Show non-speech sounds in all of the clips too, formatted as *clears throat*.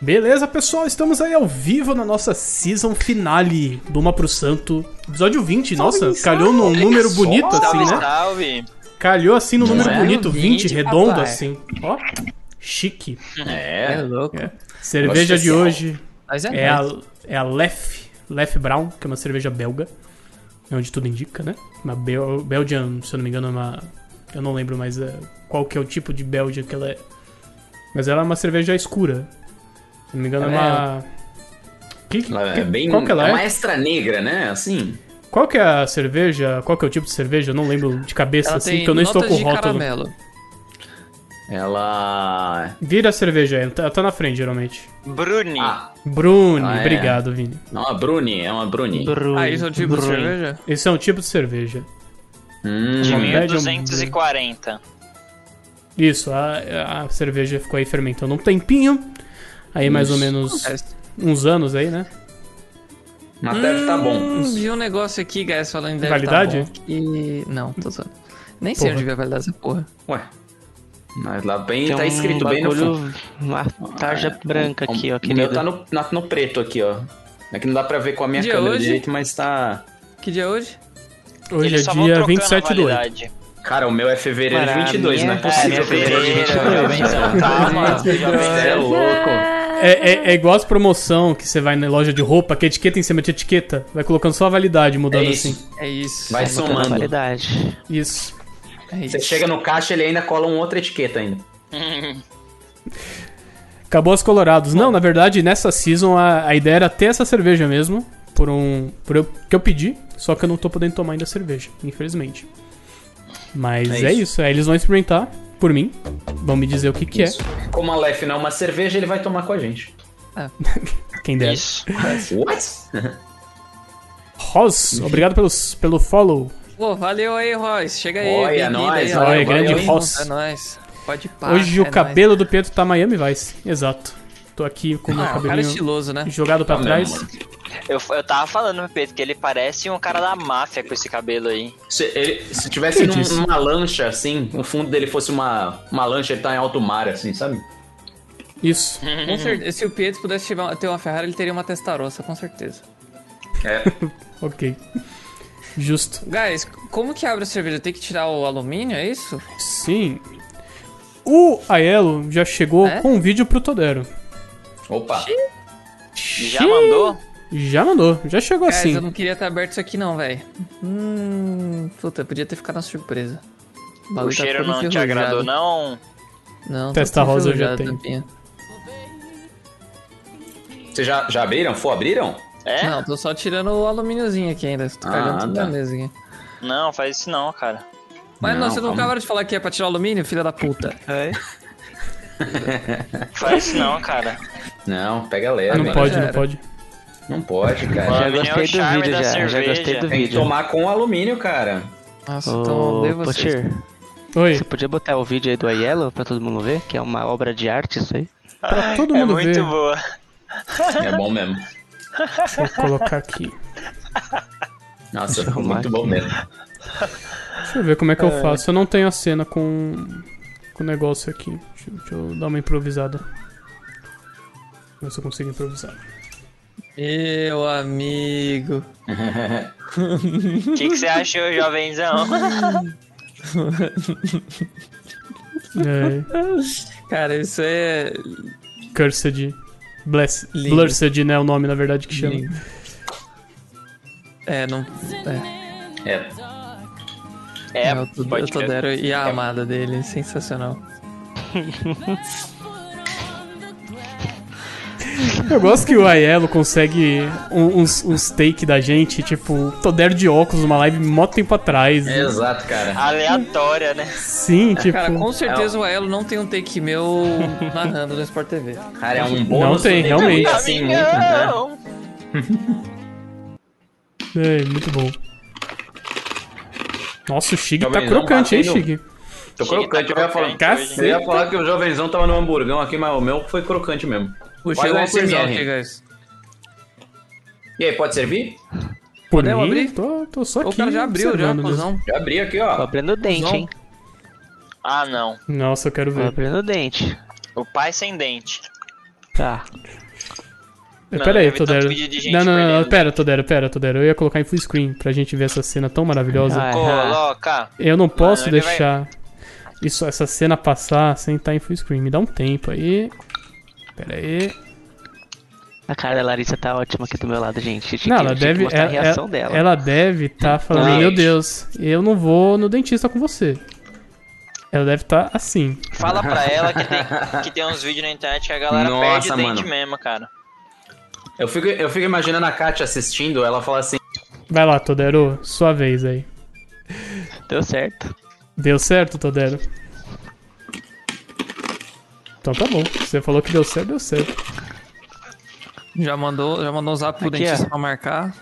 Beleza, pessoal, estamos aí ao vivo na nossa season finale do Uma pro Santo. Episódio 20, nossa, calhou num número bonito assim, Salve, né? salve. Calhou assim num número é? bonito, 20, 20, redondo papai. assim. Ó, chique. É É. louco. É. Cerveja de hoje Mas é, é a, nóis. é a Lef, Lef Brown, que é uma cerveja belga. É onde tudo indica, né? Uma Bel Belgian, se eu não me engano, é uma. Eu não lembro mais é, qual que é o tipo de Belgian que ela é. Mas ela é uma cerveja escura. Se eu não me engano, é Ela uma. Que- que- Ela é bem. qual que ela é? uma extra negra, né? Assim. Qual que é a cerveja? Qual que é o tipo de cerveja? Eu não lembro de cabeça, Ela assim, tem porque eu não estou com notas o de rótulo. caramelo. Ela. Vira a cerveja, ela tá- ela tá na frente, geralmente. Bruni. Ah, Bruni, Ah, é. obrigado, Vini. é uma Bruni, é uma Bruni. Ah, isso é um tipo de cerveja? Esse é um tipo de cerveja. Hum, de Média, 1240. Isso, a, a cerveja ficou aí fermentando um tempinho. Aí mais ou Isso. menos É. uns anos aí, né? mas deve tá bom. Hum, vi um negócio aqui, guys, falando em Validade? E... Não, tô zoando. Nem sei Porra. onde vai validar essa porra. Ué. Mas lá bem Tem tá um escrito bem no bagulho, fundo. Uma tarja Ah, é. branca um O- aqui, ó, O meu querido. tá no, na- no preto aqui, ó. É que não dá pra ver com a minha Dia câmera hoje? direito, mas tá. Que dia é hoje? Hoje Eles é só vão dia trocando 27 a do 8. validade. Cara, o meu é fevereiro de Cara, 22, não é minha- É, possível minha fevereiro de fevereiro, 22. realmente. jovenzão. Calma, Gente, Você é jovenzão. louco. É, é- é igual as promoção que você vai na loja de roupa, que é etiqueta em cima de etiqueta. Vai colocando só a validade, mudando É isso. assim. É isso. Vai Botando a somando. variedade. Isso. É isso. Você chega no caixa, ele ainda cola uma outra etiqueta ainda. Acabou as Colorados. Não, na verdade, nessa season a, a ideia era ter essa cerveja mesmo. Por um. Por eu, que eu pedi. Só que eu não tô podendo tomar ainda a cerveja, infelizmente. Mas é É isso. isso. Aí eles vão experimentar por mim. Vão me dizer o que, que é. Isso. Como a Lef não é uma cerveja, ele vai tomar com a gente. *laughs* Quem dera. Isso. *laughs* What? Ross, *laughs* obrigado pelos, pelo follow. Pô, valeu aí, Royce. Chega aí. Olha, bem-vindo nós, aí, ó. olha, Valeu, grande hein? Ross. É nóis. Pode pá. Hoje é o cabelo do Pedro tá Miami Vice. Exato. Tô aqui com o meu nóis. Ah, o cara é cabelinho estiloso, né? jogado pra Tá trás. mesmo, Eu, eu tava falando pro Pedro que ele parece um cara da máfia com esse cabelo aí. Se, ele, se tivesse Que num- disso? numa lancha, assim, no fundo dele fosse uma, uma lancha, ele tá em alto mar, assim, sabe? Isso. Com certeza. Se o Pietro pudesse tiver uma- ter uma Ferrari, ele teria uma Testarossa, com certeza. É. Ok. Justo. Guys, como que abre a cerveja? Tem que tirar o alumínio, é isso? Sim. O Aiello já chegou É? com um vídeo pro Todero. Opa. Já mandou? Já mandou, já chegou Guys, assim. eu não queria ter aberto isso aqui não, velho. Hum, puta, podia ter ficado na surpresa. O bagulho tá cheiro todo não te enferrujado. agradou, não? Não, Testa tá todo rosa eu já enferrujado, tampinha. Vocês já, já abriram? For abriram? É? Não. Não, tô só tirando o alumíniozinho aqui ainda. Tô Ah, cagando tudo tá. na mesa aqui. faz isso não, cara. Mas não, Não, você não calma. acabaram de falar que é pra tirar o alumínio, filha da puta. É. Faz isso não, cara. Não, pega leve. não né? pode, já não era. pode. Não pode, Mano, cara. Já Alumínio é o gostei do charme vídeo, da já. Já cerveja. gostei do Tem que vídeo. tomar com alumínio, cara. Nossa, então Ô, odeio vocês. Potir, *laughs* Oi, você podia botar o vídeo aí do Aiello pra todo mundo ver? Que é uma obra de arte isso aí. pra *laughs* todo É mundo muito ver, boa. É bom mesmo. vou colocar aqui. Nossa, eu arrumar muito bom mesmo. Deixa eu ver como é que eu faço. Eu não tenho a cena com com o negócio aqui. Deixa, eu- deixa eu dar uma improvisada. Ver se eu consigo improvisar. Meu amigo. O que, que você *laughs* achou, jovenzão? É, Cara, isso é... Cursed. Bless, Lindo. Blursed, né? É o nome, na verdade, que chama. Lindo. É, não... É, É. É, eu tô, eu pode tô crer. dero e a amada dele, sensacional. Eu gosto que o Aiello consegue um- uns, uns take da gente, tipo, Todero de óculos, uma live mó tempo atrás. Exato, cara. Aleatória, né? Sim, tipo. É. Cara, com É, certeza o Aelo não tem um take meu narrando no Sport TV. Cara, é um bônus. tem, né? realmente. Assim, muito, né? Amigão! É, muito bom. Nossa, o Shig tá Jovem, crocante, hein, não batendo. Shig? Tô crocante, eu ia falar. Cacete. Eu ia falar que o jovenzão tava no hamburgão aqui, mas o meu foi crocante mesmo. Puxa, Faz eu um vou coisinha SMR. aqui, guys. E aí, pode servir? Por Podemos mim, abrir? tô, tô só aqui. O cara já abriu, já, observando mesmo. cuzão. Já abri aqui, Tô ó. abrindo o dente, Não. hein? Ah, não. Nossa, eu quero Tô ver. abrindo o dente. O pai sem dente. Tá. Não, pera eu aí, vi tanto Todero. vídeo de gente Não, não, não, perdendo. pera, Todero, pera, Todero. Eu ia colocar em full screen pra gente ver essa cena tão maravilhosa. Ah, é. Coloca. Eu não posso ele vai- deixar isso, essa cena passar sem estar em full screen. Me dá um tempo aí. Pera aí. A cara da Larissa tá ótima aqui do meu lado, gente. Eu tinha Não, que- ela eu tinha que deve. mostrar Ela, a reação ela- dela. ela deve estar falando, Não, meu gente. Deus, eu não vou no dentista com você. Ela deve estar assim. Fala pra ela que tem, que tem uns vídeos na internet que a galera Nossa, perde o dente mano. mesmo, cara. Eu fico, eu fico imaginando a Kátia assistindo, ela fala assim, Vai lá, Todero, sua vez aí. Deu certo. Deu certo, Todero? Então tá bom. Você falou que deu certo, deu certo. Já mandou, já mandou um zap pro Aqui, dentista ó. pra marcar.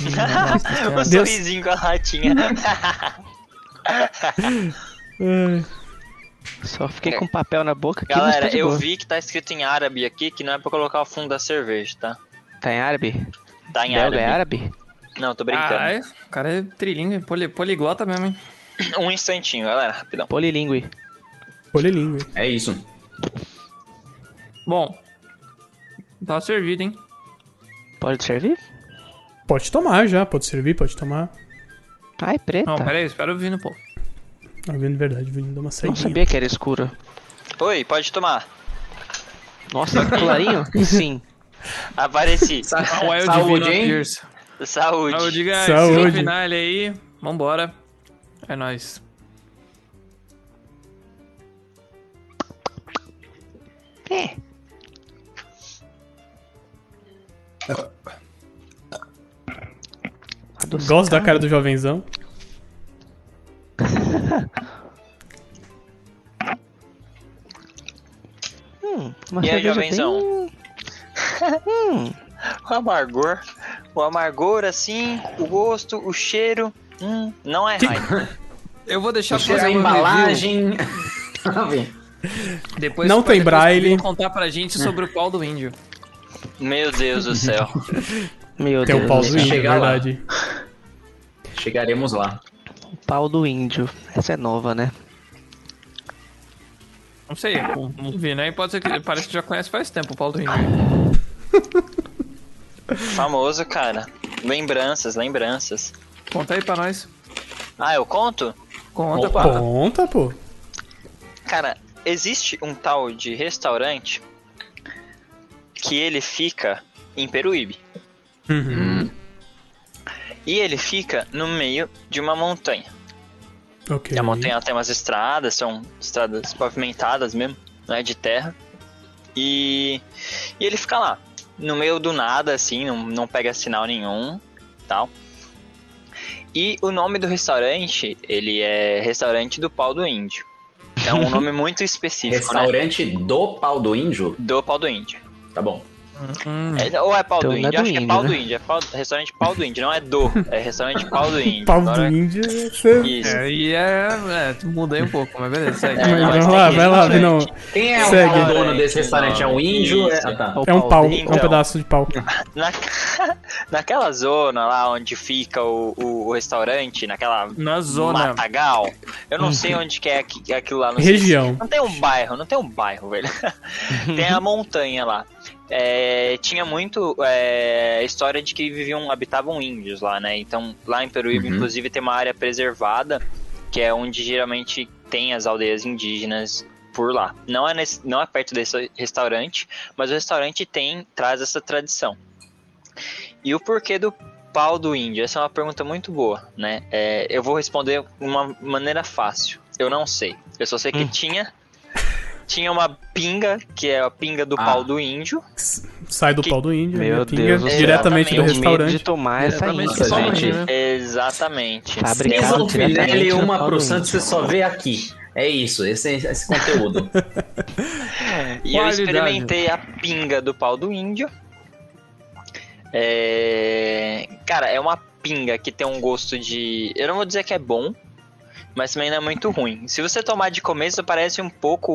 um Deus. sorrisinho com a latinha. É. Só fiquei com papel na boca aqui. mas tá É. Galera, de eu boa. vi que tá escrito em árabe aqui que não é pra colocar o fundo da cerveja, tá? Tá em árabe? Tá em Belga árabe. é árabe? Não, tô brincando. Caralho, o cara é trilingue, poli, poliglota mesmo, hein? *clears throat* Um instantinho, galera, rapidão. Polilingue. Polilingue. é isso. Bom, tá servido, hein? Pode servir? Pode tomar já, pode servir, pode tomar. Ai, preta. Não, pera aí, espera o vinho, pô. Ah, vindo de verdade, vindo dar uma Não saída. sabia que era escuro. Oi, pode tomar. Nossa, clarinho? Sim. Apareci. Sa- Wild Saúde, Vino hein? Pierce. Saúde. Saúde, guys. Saúde. Saúde. final aí. Vambora. É nóis. É. Gosto da cara do jovenzão. Hum, uma E aí, cerveja jovenzão? bem- *laughs* Hum, O amargor. O amargor, assim, o gosto, o cheiro. Hum, não é Heineken. Eu vou deixar pra Cheira fazer a um review. embalagem. Depois, Não tem depois braille. vão contar pra gente sobre o pau do índio. Meu Deus do céu. meu Tem Deus. um pauzinho, na chegar lá. verdade. *laughs* Chegaremos lá. é Pau do índio. Essa é nova, né? Não sei, eu não vi, né? E Pode ser que parece que já conhece faz tempo o pau do índio. Famoso, cara. Lembranças, lembranças. Conta aí pra nós. Ah, eu conto? Conta, Opa. pá. Conta, pô. Cara, existe um tal de restaurante que ele fica em Peruíbe. E ele fica no meio de uma montanha. Ok. E a montanha tem umas estradas, são estradas pavimentadas mesmo, né, de terra. E, e ele fica lá, no meio do nada, assim, não, não pega sinal nenhum, tal. E o nome do restaurante, ele é Restaurante do Pau do Índio. É *laughs* um nome muito específico, né? Restaurante do pau do índio? Do Pau do Índio. Tá bom. Hum, É- ou é Pau Então do não é Índio, do acho que é índio, Pau né? do Índio, é pau- Restaurante Pau do Índio, não é do, é Restaurante Pau *laughs* do Índio. Pau do Agora- é índio. Você... Isso. é, e é, é, mudei um pouco, mas beleza, segue. É, Mas mas vai lá, tem vai isso, lá, gente. não. Quem é Segue. o dono desse restaurante? É um índio? Isso. É- ah, tá. Olha o É um pau, dele. é um Então. pedaço de pau. Na... *laughs* naquela zona lá onde fica o, o- o restaurante, naquela Na zona. matagal, eu não sei onde que é aqui- aquilo lá. Não sei Região. se- Não tem um bairro, não tem um bairro, velho. tem a montanha lá. É, tinha muito é, história de que viviam, habitavam índios lá, né? Então, lá em Peruíbe, Uhum. inclusive, tem uma área preservada, que é onde geralmente tem as aldeias indígenas por lá. Não é, nesse- não é perto desse restaurante, mas o restaurante tem, traz essa tradição. E o porquê do pau do índio? Essa é uma pergunta muito boa, né? É, eu vou responder de uma maneira fácil. Eu não sei. Eu só sei que tinha... Tinha uma pinga, que é a pinga do Ah. pau do índio, Sai do Que- pau do índio, Meu a pinga Deus do céu. diretamente do Tenho medo restaurante. de tomar essa Exatamente, índia, só gente. imagina. Exatamente. Fabricado Pisa no diretamente Finelli, no um uma é pau pro do Santos, você só vê aqui. É isso, esse, esse *laughs* conteúdo. E eu Qualidade. experimentei a pinga do pau do índio. É... Cara, é uma pinga que tem um gosto de. Eu não vou dizer que é bom, mas também não é muito ruim. Se você tomar de começo, parece um pouco.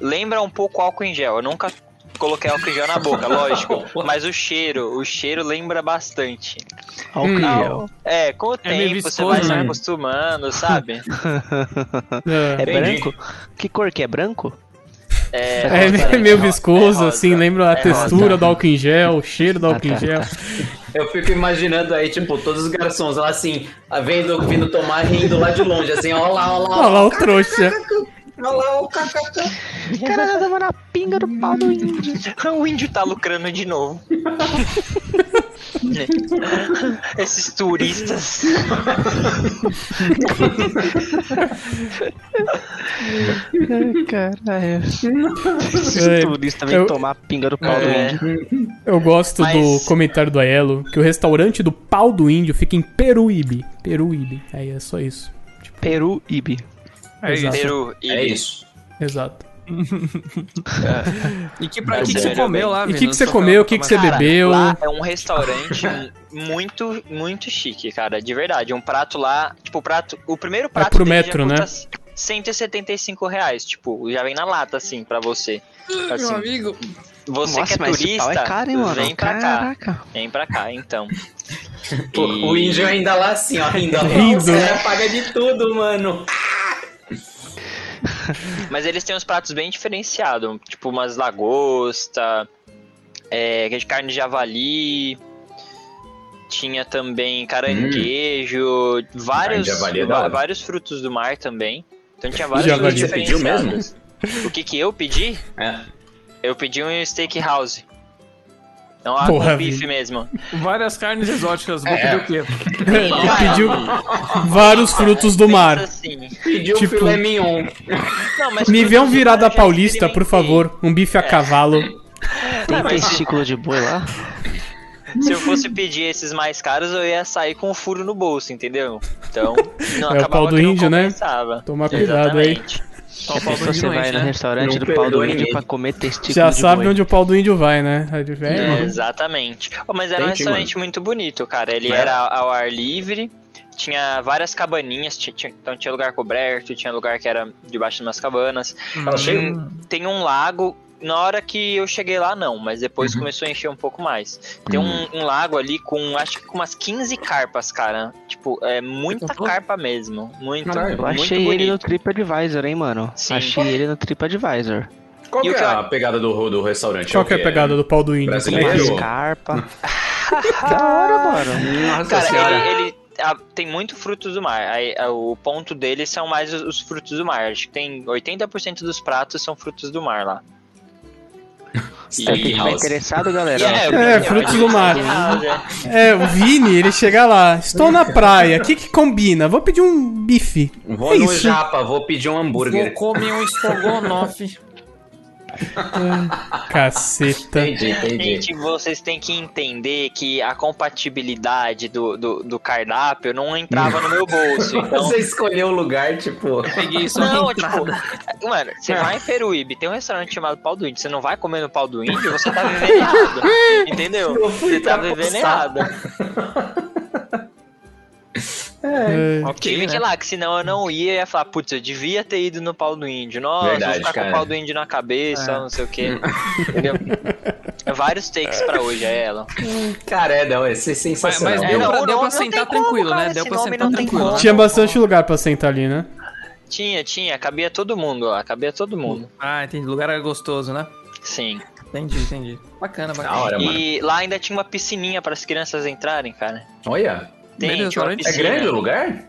Lembra um pouco álcool em gel. Eu nunca coloquei álcool em gel na boca, lógico. Mas o cheiro, o cheiro lembra bastante. Olha o Não, é, com o meio tempo você viscoso, vai se né? acostumando, sabe? É É. Entendi. branco? Que cor que é branco? É, É rosa, meio ro- viscoso, é assim, rosa. lembra a É textura rosa. do álcool em gel, o cheiro do Ah, álcool em tá, gel. tá. Eu fico imaginando aí, tipo, todos os garçons lá assim, vendo, vindo tomar rindo lá de longe, assim, ó lá, ó lá, Olha lá o trouxa. ó lá, ó kkk. Caralho, tava na pinga do pau do índio. O índio tá lucrando de novo. Esses turistas. Ai, *laughs* Caralho. Esses turistas vêm eu- tomar a pinga do pau do É. índio. Eu gosto Mas- do comentário do Aelo que o restaurante do pau do índio fica em Peruíbe. Peruíbe. Aí é só isso. Peru Ibi. É Exato. isso. Peru e É isso. Exato. E que, pra, Mas que, que você sério, comeu lá, E o que, Vini? que você Só pra- comeu, o que, que você pra- Cara, bebeu? Lá é um restaurante muito, muito chique, cara. De verdade. Um prato lá, tipo, o prato. O primeiro prato pro dele já metro, né? custa 175 reais, tipo, já vem na lata, assim, pra você. Assim, Meu amigo. Você Nossa, que é mas esse pau turista, é caro, hein, mano? vem pra cá. Caraca. Vem pra cá, então. O, o índio ainda lá assim, ó, *laughs* rindo, ó lá, Rindo, os né? caras pagam de tudo, mano. Mas eles têm uns pratos bem diferenciados, tipo umas lagosta, é, de carne de javali, tinha também caranguejo, vários, Hum. javali é da va- hora. vários frutos do mar também. Então tinha vários Javali. frutos Você pediu mesmo? diferenciados. O que que eu pedi? É. Eu pedi um steakhouse. Não, ah, Porra, com bife vida. mesmo. Várias carnes exóticas, vou pedir É. o quê? Ele *laughs* pediu vários frutos do Pensa mar. Assim. Pediu um Tipo- filé mignon. Não, mas Me vê frutos um do virada mar eu já paulista, por experimentei. favor. Um bife a cavalo. Tem testículo de boi lá? Se eu fosse pedir esses mais caros, eu ia sair com um furo no bolso, entendeu? Então, *laughs* não É o acabava pau do que não índio, né? compensava. Tomar cuidado aí. Exatamente. Só Já pensou você É vai né? né? no Não restaurante do pau do perdoa índio ninguém. pra comer testículo Já de sabe boi? onde o pau do índio vai, né? Aí ele, "Véi, É, mano, exatamente. Ô, mas era um Entendi, restaurante muito bonito, cara. Ele É. era ao ar livre, tinha várias cabaninhas, ti- tinha- então tinha lugar coberto, tinha lugar que era debaixo de umas cabanas. Hum, Tem, tem um lago. Na hora que eu cheguei lá, não, mas depois começou a encher um pouco mais. Tem um, um lago ali com, acho que com umas 15 carpas, cara. Tipo, é muita Você contou? carpa mesmo. Muito, Caralho. muito Eu achei ele bonito. no TripAdvisor, hein, mano? Sim. Achei ele no TripAdvisor. Qual E o que é que a pegada do, do restaurante? qual que é a o quê? pegada do pau do índio? Como é que Brasileiro. é? Escarpa. *laughs* da hora, mano. Nossa Cara, senhora. ele, ele- ah, tem muito frutos do mar. Aí, ah, o ponto dele são mais os, os frutos do mar. Acho que tem 80% dos pratos são frutos do mar lá. Tá quem tiver interessado, galera. É, frutos do mar. Ah, É, o Vini, ele chega lá. Estou na praia. O que que combina? Vou pedir um bife. Vou É no isso. japa, vou pedir um Vou hambúrguer. comer um estrogonofe. Caceta. Entendi, entendi. Gente, vocês têm que entender que a compatibilidade do, do, do cardápio não entrava no meu bolso. Então, Você escolheu o lugar, tipo... Peguei só Não, na tipo, entrada. mano, você vai em Peruíbe, tem um restaurante chamado Pau do Índio, você não vai comer no Pau do Índio, você tá vivendo errado. Entendeu? Eu fui Você tá pra vivendo almoçar. errado. É. Ok, Tive né? que ir lá, que senão eu não ia e ia falar, putz, eu devia ter ido no pau do índio. Nossa, Verdade, vou ficar com cara. o pau do índio na cabeça, É. não sei o quê. Entendeu? Vários takes pra hoje, é ela. Cara, é, não, esse é Mas, mas sensacional. deu, Não, pra, Tá não, deu pra não sentar tem como, tranquilo, cara, né? Deu esse pra nome sentar não tem tranquilo. como. né? Tinha bastante lugar pra sentar ali, né? Tinha, tinha, cabia todo mundo lá, cabia todo mundo. Ah, entendi. O lugar era gostoso, né? Sim. Entendi, entendi. Bacana, Da bacana. hora, É, mano. E lá ainda tinha uma piscininha pras crianças entrarem, cara. Olha, Tem, Beleza, tinha uma olha. É é piscina. grande o lugar? É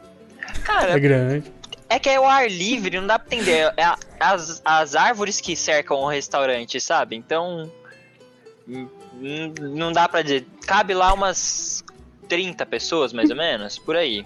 Cara, grande. é que é o ar livre, não dá pra entender. É a- as, as árvores que cercam o restaurante, sabe? Então. n- n- Não dá pra dizer. Cabe lá umas 30 pessoas, mais ou menos, por aí.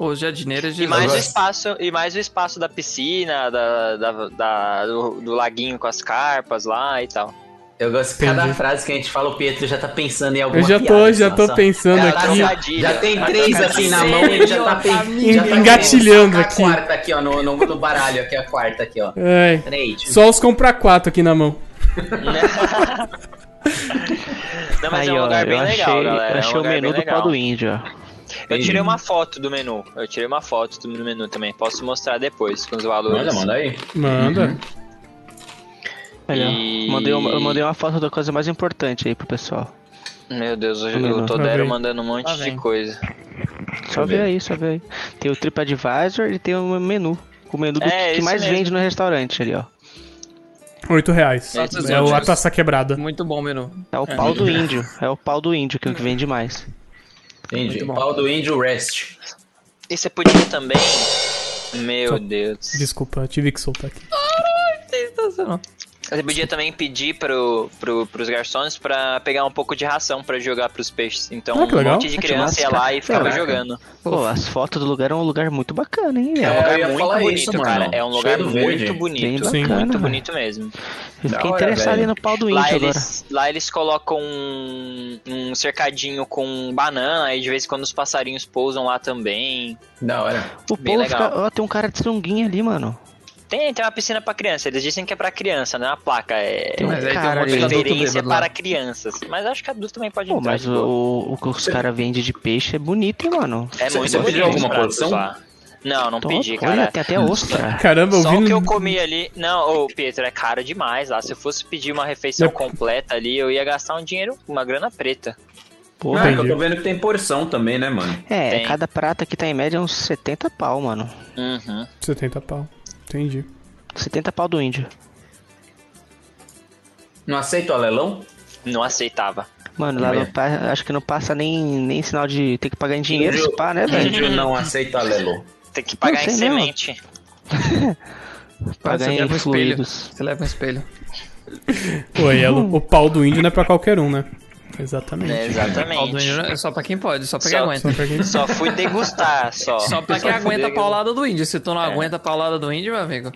Os jardineiros de E mais o Agora- espaço, e mais o espaço da piscina, da, da- da- do, do laguinho com as carpas lá e tal. Eu gosto que cada Entendi. frase que a gente fala, o Pietro já tá pensando em alguma Eu já tô, piada, já assim, tô só. pensando Ela aqui. tá armadilha. Já tem três assim na mão, ele já tá pensando. Engatilhando aqui. A quarta aqui, ó, no, no, no baralho, aqui a quarta aqui, ó. Ai, Três. só os compra quatro aqui na mão. Não, mas Aí, é um ó, lugar eu bem achei, legal, galera. eu é um achei o lugar bem menu do legal. pau do índio, ó. Eu tirei uma foto do menu. Eu tirei uma foto do menu também. Posso mostrar depois com os valores. Manda, manda aí. Manda. Olha, E- mandei uma- eu mandei uma foto da coisa mais importante aí pro pessoal. Meu Deus, hoje Manda, eu tô tá dero bem. mandando um monte Tá de bem. coisa. Só ver. ver aí, só ver aí. Tem o TripAdvisor e tem o menu. O menu do É, que esse mais mesmo. vende no restaurante ali, ó. 8 reais. Nossa, é o, Deus. a taça quebrada. Muito bom o menu. É o pau do índio. É o pau do índio que é o que vende mais. Entendi. Pau do índio rest. E você podia também. Meu Deus. Desculpa, tive que soltar aqui. Sensacional. Você podia também pedir pro, pro, pros garçons pra pegar um pouco de ração pra jogar pros peixes. Então, Ah, que um legal. monte de Que criança ia massa, lá cara. e ficava Caraca. jogando. Pô, as fotos do lugar é um lugar muito bacana, hein, É um velho? eu lugar ia muito falar bonito, isso, cara. mano. É um lugar Cheiro muito verde. Bem bonito. bacana, muito mano. bonito mesmo. Eu fiquei Da hora, interessado velho. no pau do índio Lá agora. eles, lá eles colocam um, um cercadinho com banana e de vez em quando os passarinhos pousam lá também. Da hora. O bem povo legal. fica. Ó, tem um cara de sunguinha ali, mano. Tem, tem uma piscina pra criança. Eles dizem que é pra criança, não é uma placa. É Tem um Mas aí tem um cara monte de ali. adulto preferência bêbado lá. para crianças. Mas acho que adulto também pode Pô, entrar. mas de boa. o, o que os caras vendem de peixe é bonito, hein, mano? É Você- muito você pediu bonito alguma os pratos porção? lá. Não, não Tô- pedi, Olha, cara. tem até ostra. Caramba, Só o ouvindo. um- que eu comi ali. Não, ô Pietro, é caro demais lá. Se eu fosse pedir uma refeição Eu- completa ali, eu ia gastar um dinheiro, uma grana preta. Pô, Ah, é que eu entendi. tô vendo que tem porção também, né, mano? É, Tem. cada prata aqui tá em média uns 70 pau, mano. Uhum. 70 pau. Entendi. 70 pau do índio. Não aceita o alelão? Não aceitava. Mano, lá Olha. não pa- acho que não passa nem, nem sinal de ter que pagar em dinheiro, Índio- esse *laughs* pá, né, velho? Índio não aceita alelão. Tem que pagar em sei mesmo. semente. Pagar Você em leva um espelho. fluidos. Você leva um espelho. Ô, Yelo, o pau do índio não é pra qualquer um, né? Exatamente. É, Pau do índio exatamente. é só pra quem pode, só pra quem Só *laughs* Só- aguenta. pra quem- Só fui degustar, só. Só pra quem fui aguenta a degustar. paulada do índio. Se tu não aguenta a paulada do índio, meu amigo.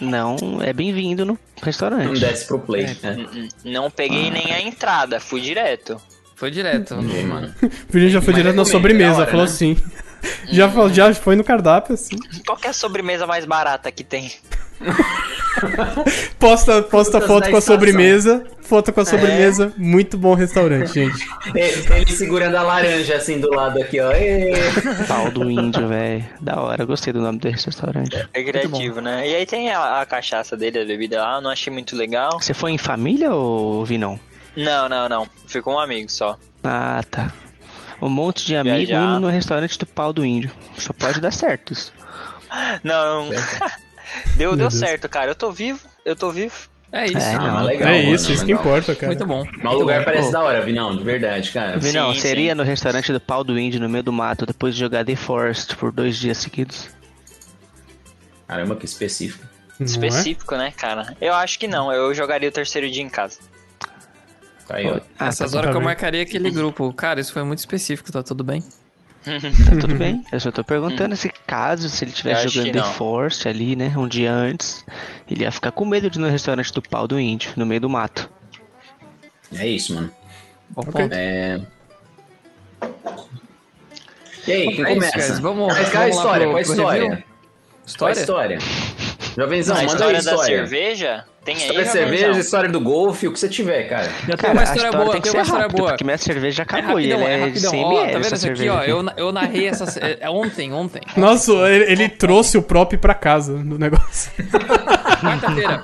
Não, é bem-vindo no Não restaurante. desce pro É, play. tá. né? Hum, Não peguei nem a entrada, fui direto. Foi direto. Entendi, mano. O Virgínia já foi Mas direto na recomendo, sobremesa, da hora, falou né? assim. *laughs* já, falou- já foi no cardápio, assim. Qual que é a sobremesa mais barata que tem? Posta, posta Frutas foto da com a estação. sobremesa. Foto Ah, é? com a sobremesa. Muito bom restaurante, gente. Ele ele segurando a laranja assim do lado aqui, ó. Ê! Pau do índio, *laughs* velho. Da hora, gostei do nome desse restaurante. É criativo, né? E aí tem a, a cachaça dele, a bebida lá, eu não achei muito legal. Você foi em família ou Vinão? Não, não, não. Fui com um amigo só. Ah, tá. Um monte de amigo Viajar. indo no restaurante do pau do índio. Só pode dar certo isso. Não. *laughs* deu deu Deus. certo, cara. Eu tô vivo, eu tô vivo. É isso. É, Ah, mas legal, é mano, isso, isso que legal. importa, cara. Muito bom. Mas o lugar parece da hora, Vinão, de verdade, cara. Vinão, sim. seria no restaurante do pau do índio no meio do mato depois de jogar The Forest por dois dias seguidos? Caramba, que específico. Não é? Específico, né, cara? Eu acho que não. Eu jogaria o terceiro dia em casa. Tá aí, ó. Ah, Essas tá horas que eu bem. marcaria aquele grupo. Cara, isso foi muito específico, tá tudo bem? Tá tudo Uhum. bem. Eu só tô perguntando se caso, se ele Uhum. Eu tivesse acho jogando que The não. Force ali, né? Um dia antes, ele ia ficar com medo de ir no restaurante do pau do índio, no meio do mato. É isso, mano. Bom Ok. ponto. É. E aí, É quem isso, começa? guys, vamos- Mas qual é vamos a lá história? pro- Qual é a pro história? review? Qual é a História? história? Jovenzão, a manda aí a história da história. cerveja? Tem aí, História de cerveja, Jovenzão? história do golfe, o que você tiver, cara. Já tem uma história boa, tem uma história boa. porque minha cerveja já É acabou e rapidão, ele é é de 100 rapidão. Ó, ml tá essa vendo isso aqui, cerveja ó? aqui. Eu, na- eu narrei essa. É, é ontem, ontem. Nossa, ele, ele trouxe o prop pra casa do negócio. Quarta-feira.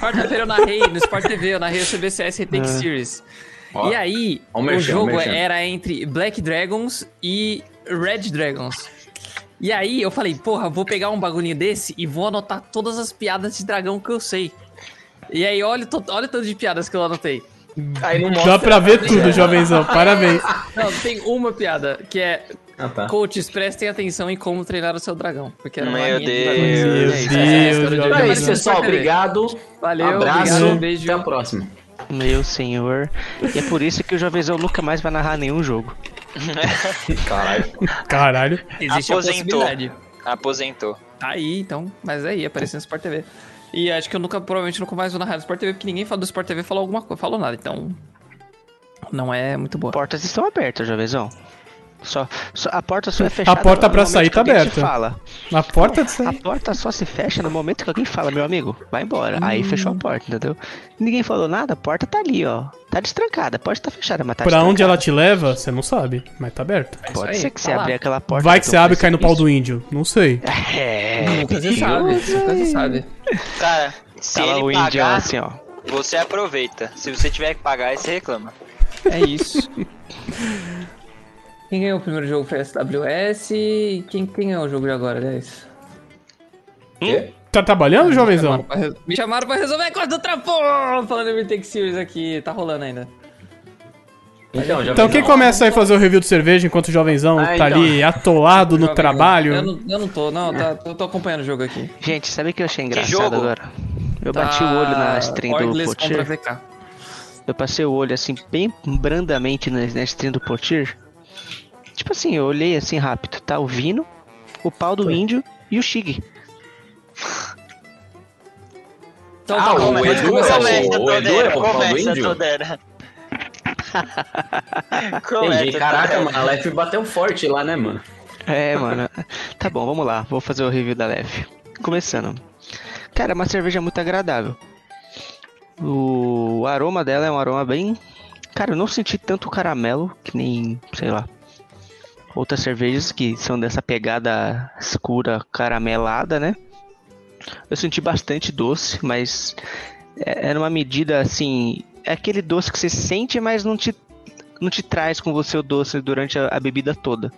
Quarta-feira eu narrei no Sport TV, eu narrei o CBCS Retake Series. Ó, e aí, ó o o, merchan, o jogo merchan. era entre Black Dragons e Red Dragons. E aí eu falei, porra, vou pegar um bagulhinho desse e vou anotar todas as piadas de dragão que eu sei. E aí, olha, o to- olha o tanto de piadas que eu anotei. Aí não mostra. Dá pra ver tudo, jovenzão. Parabéns. Não, tem uma piada, que é Ah, tá. Coaches, prestem atenção em como treinar o seu dragão. Porque era uma Meu linha de Deus. dragões. Meu É isso, essa é a história de Deus, Então hoje. é Jovenzão. isso, pessoal. Obrigado. Valeu, Abraço. obrigado, um beijo. Até a próxima. Meu senhor. E é por isso que o Jovenzão nunca mais vai narrar nenhum jogo. Caralho. Caralho. Existe Aposentou. a possibilidade. Aposentou. Tá aí, então. Mas aí, apareceu no Sport TV. E acho que eu nunca, provavelmente, nunca mais vou narrar do Sport TV, porque ninguém fala do Sport TV falou alguma coisa, falou nada, então. Não é muito boa. Portas estão abertas, Jovenzão. Só, só- a porta só é fechada. porta no pra momento sair que tá alguém te aberta. Fala. Na porta disso A aí. porta só se fecha no momento que alguém fala, meu amigo, vai embora. Aí fechou a porta, entendeu? Ninguém falou nada, a porta tá ali, ó. Tá destrancada, pode estar fechada, mas Pra tá destrancada. onde ela te leva, você não sabe, mas tá aberta. Pode Isso ser aí, que tá você lá. abra aquela porta. Vai que você abre e cai no pau do do índio. Não sei. É, Nunca se sabe, nunca se sabe. Cara, se tá lá o ele índio pagar, assim, ó. você aproveita. Se você tiver que pagar, aí você reclama. É isso. *laughs* Quem ganhou o primeiro jogo foi a SWS. Quem, quem ganhou o jogo de agora, aliás? Hum? Quê? Tá trabalhando, jovenzão? Pra res- Me chamaram pra resolver a coisa do trampo! Falando em Take Series aqui, tá rolando ainda. Então, já Então vem quem não. começa aí fazer o review de cerveja enquanto o jovenzão Ah, tá então. ali atolado no Jovem, trabalho? Eu não, eu não tô, não, tá, tô, tô acompanhando o jogo aqui. Gente, sabe o que Ah, eu achei engraçado jogo? agora? Eu bati o olho na stream do Ordless Tá contra Potir. VK. Eu passei o olho assim, bem brandamente na, na stream do Potir. Tipo assim, eu olhei assim rápido. Tá o Vino, o pau do índio e o Shig. Então Ah, tá bom, o mas Edu começar é o o- jogo. Começa, Edu é Todera, o Paulo começa, Índio? Todera. Entendi. Começa, Caraca, Todera. mano, a Lef bateu forte lá, *laughs* né, mano? É, mano. Tá bom, vamos lá. Vou fazer o review da Lef. Começando. Cara, é uma cerveja muito agradável. O aroma dela é um aroma bem. Cara, eu não senti tanto caramelo que nem, sei lá. Outras cervejas que são dessa pegada escura, caramelada, né? Eu senti bastante doce, mas é- era uma medida assim. É aquele doce que você sente, mas não te, não te traz com você o doce durante a- a bebida toda.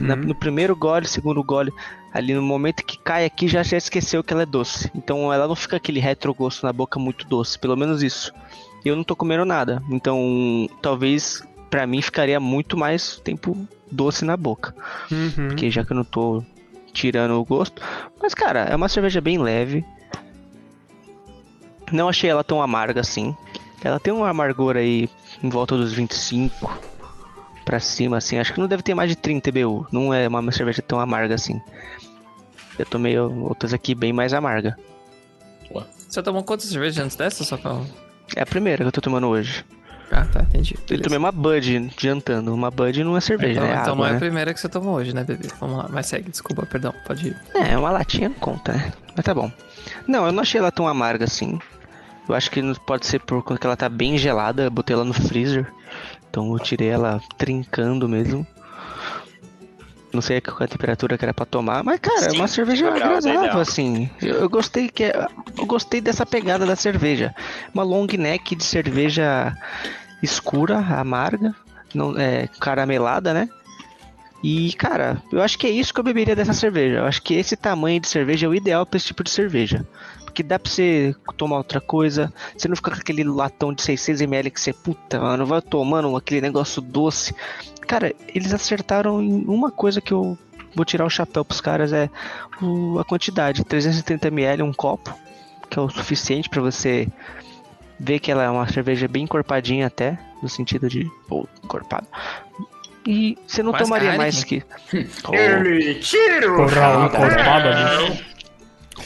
Na- Uhum. no primeiro gole, segundo gole, ali no momento que cai aqui, já, já esqueceu que ela é doce. Então ela não fica aquele retrogosto na boca muito doce, pelo menos isso. E eu não tô comendo nada, então talvez pra mim ficaria muito mais tempo doce na boca, Uhum. porque já que eu não tô tirando o gosto. Mas cara, é uma cerveja bem leve. Não achei ela tão amarga assim. Ela tem uma amargor aí em volta dos 25 pra cima, assim. Acho que não deve ter mais de 30 BU. Não é uma cerveja tão amarga assim. Eu tomei outras aqui bem mais amarga. Você tomou quantas cervejas antes dessa, só pra... É a primeira que eu tô tomando hoje. Ah, tá, entendi. Eu beleza. tomei uma Bud jantando. Uma Bud não é cerveja, Então, né? É então água, não é a né? primeira que você tomou hoje, né, bebê? Vamos lá, mas segue, desculpa, perdão, pode ir. É, uma latinha não conta, né? Mas tá bom. Não, eu não achei ela tão amarga assim. Eu acho que não- pode ser por conta que ela tá bem gelada. Eu botei ela no freezer. Então eu tirei ela trincando mesmo. Não sei qual é a temperatura que era pra tomar, mas cara, é uma cerveja graus, agradável legal. assim. Eu, eu gostei que é- eu gostei dessa pegada da cerveja. Uma long neck de cerveja escura, amarga, não é caramelada, né? E cara, eu acho que é isso que eu beberia dessa cerveja. Eu acho que esse tamanho de cerveja é o ideal pra esse tipo de cerveja. Porque dá pra você tomar outra coisa, você não fica com aquele latão de 600ml que você, puta, mano, vai tomando aquele negócio doce. Cara, eles acertaram em uma coisa que eu vou tirar o chapéu pros caras, é o- a quantidade. 370ml, um copo, que é o suficiente pra você ver que ela é uma cerveja bem encorpadinha até, no sentido de, pô, encorpado. E você não Quase tomaria Heineken. mais que... Oh, Corral encorpado ali.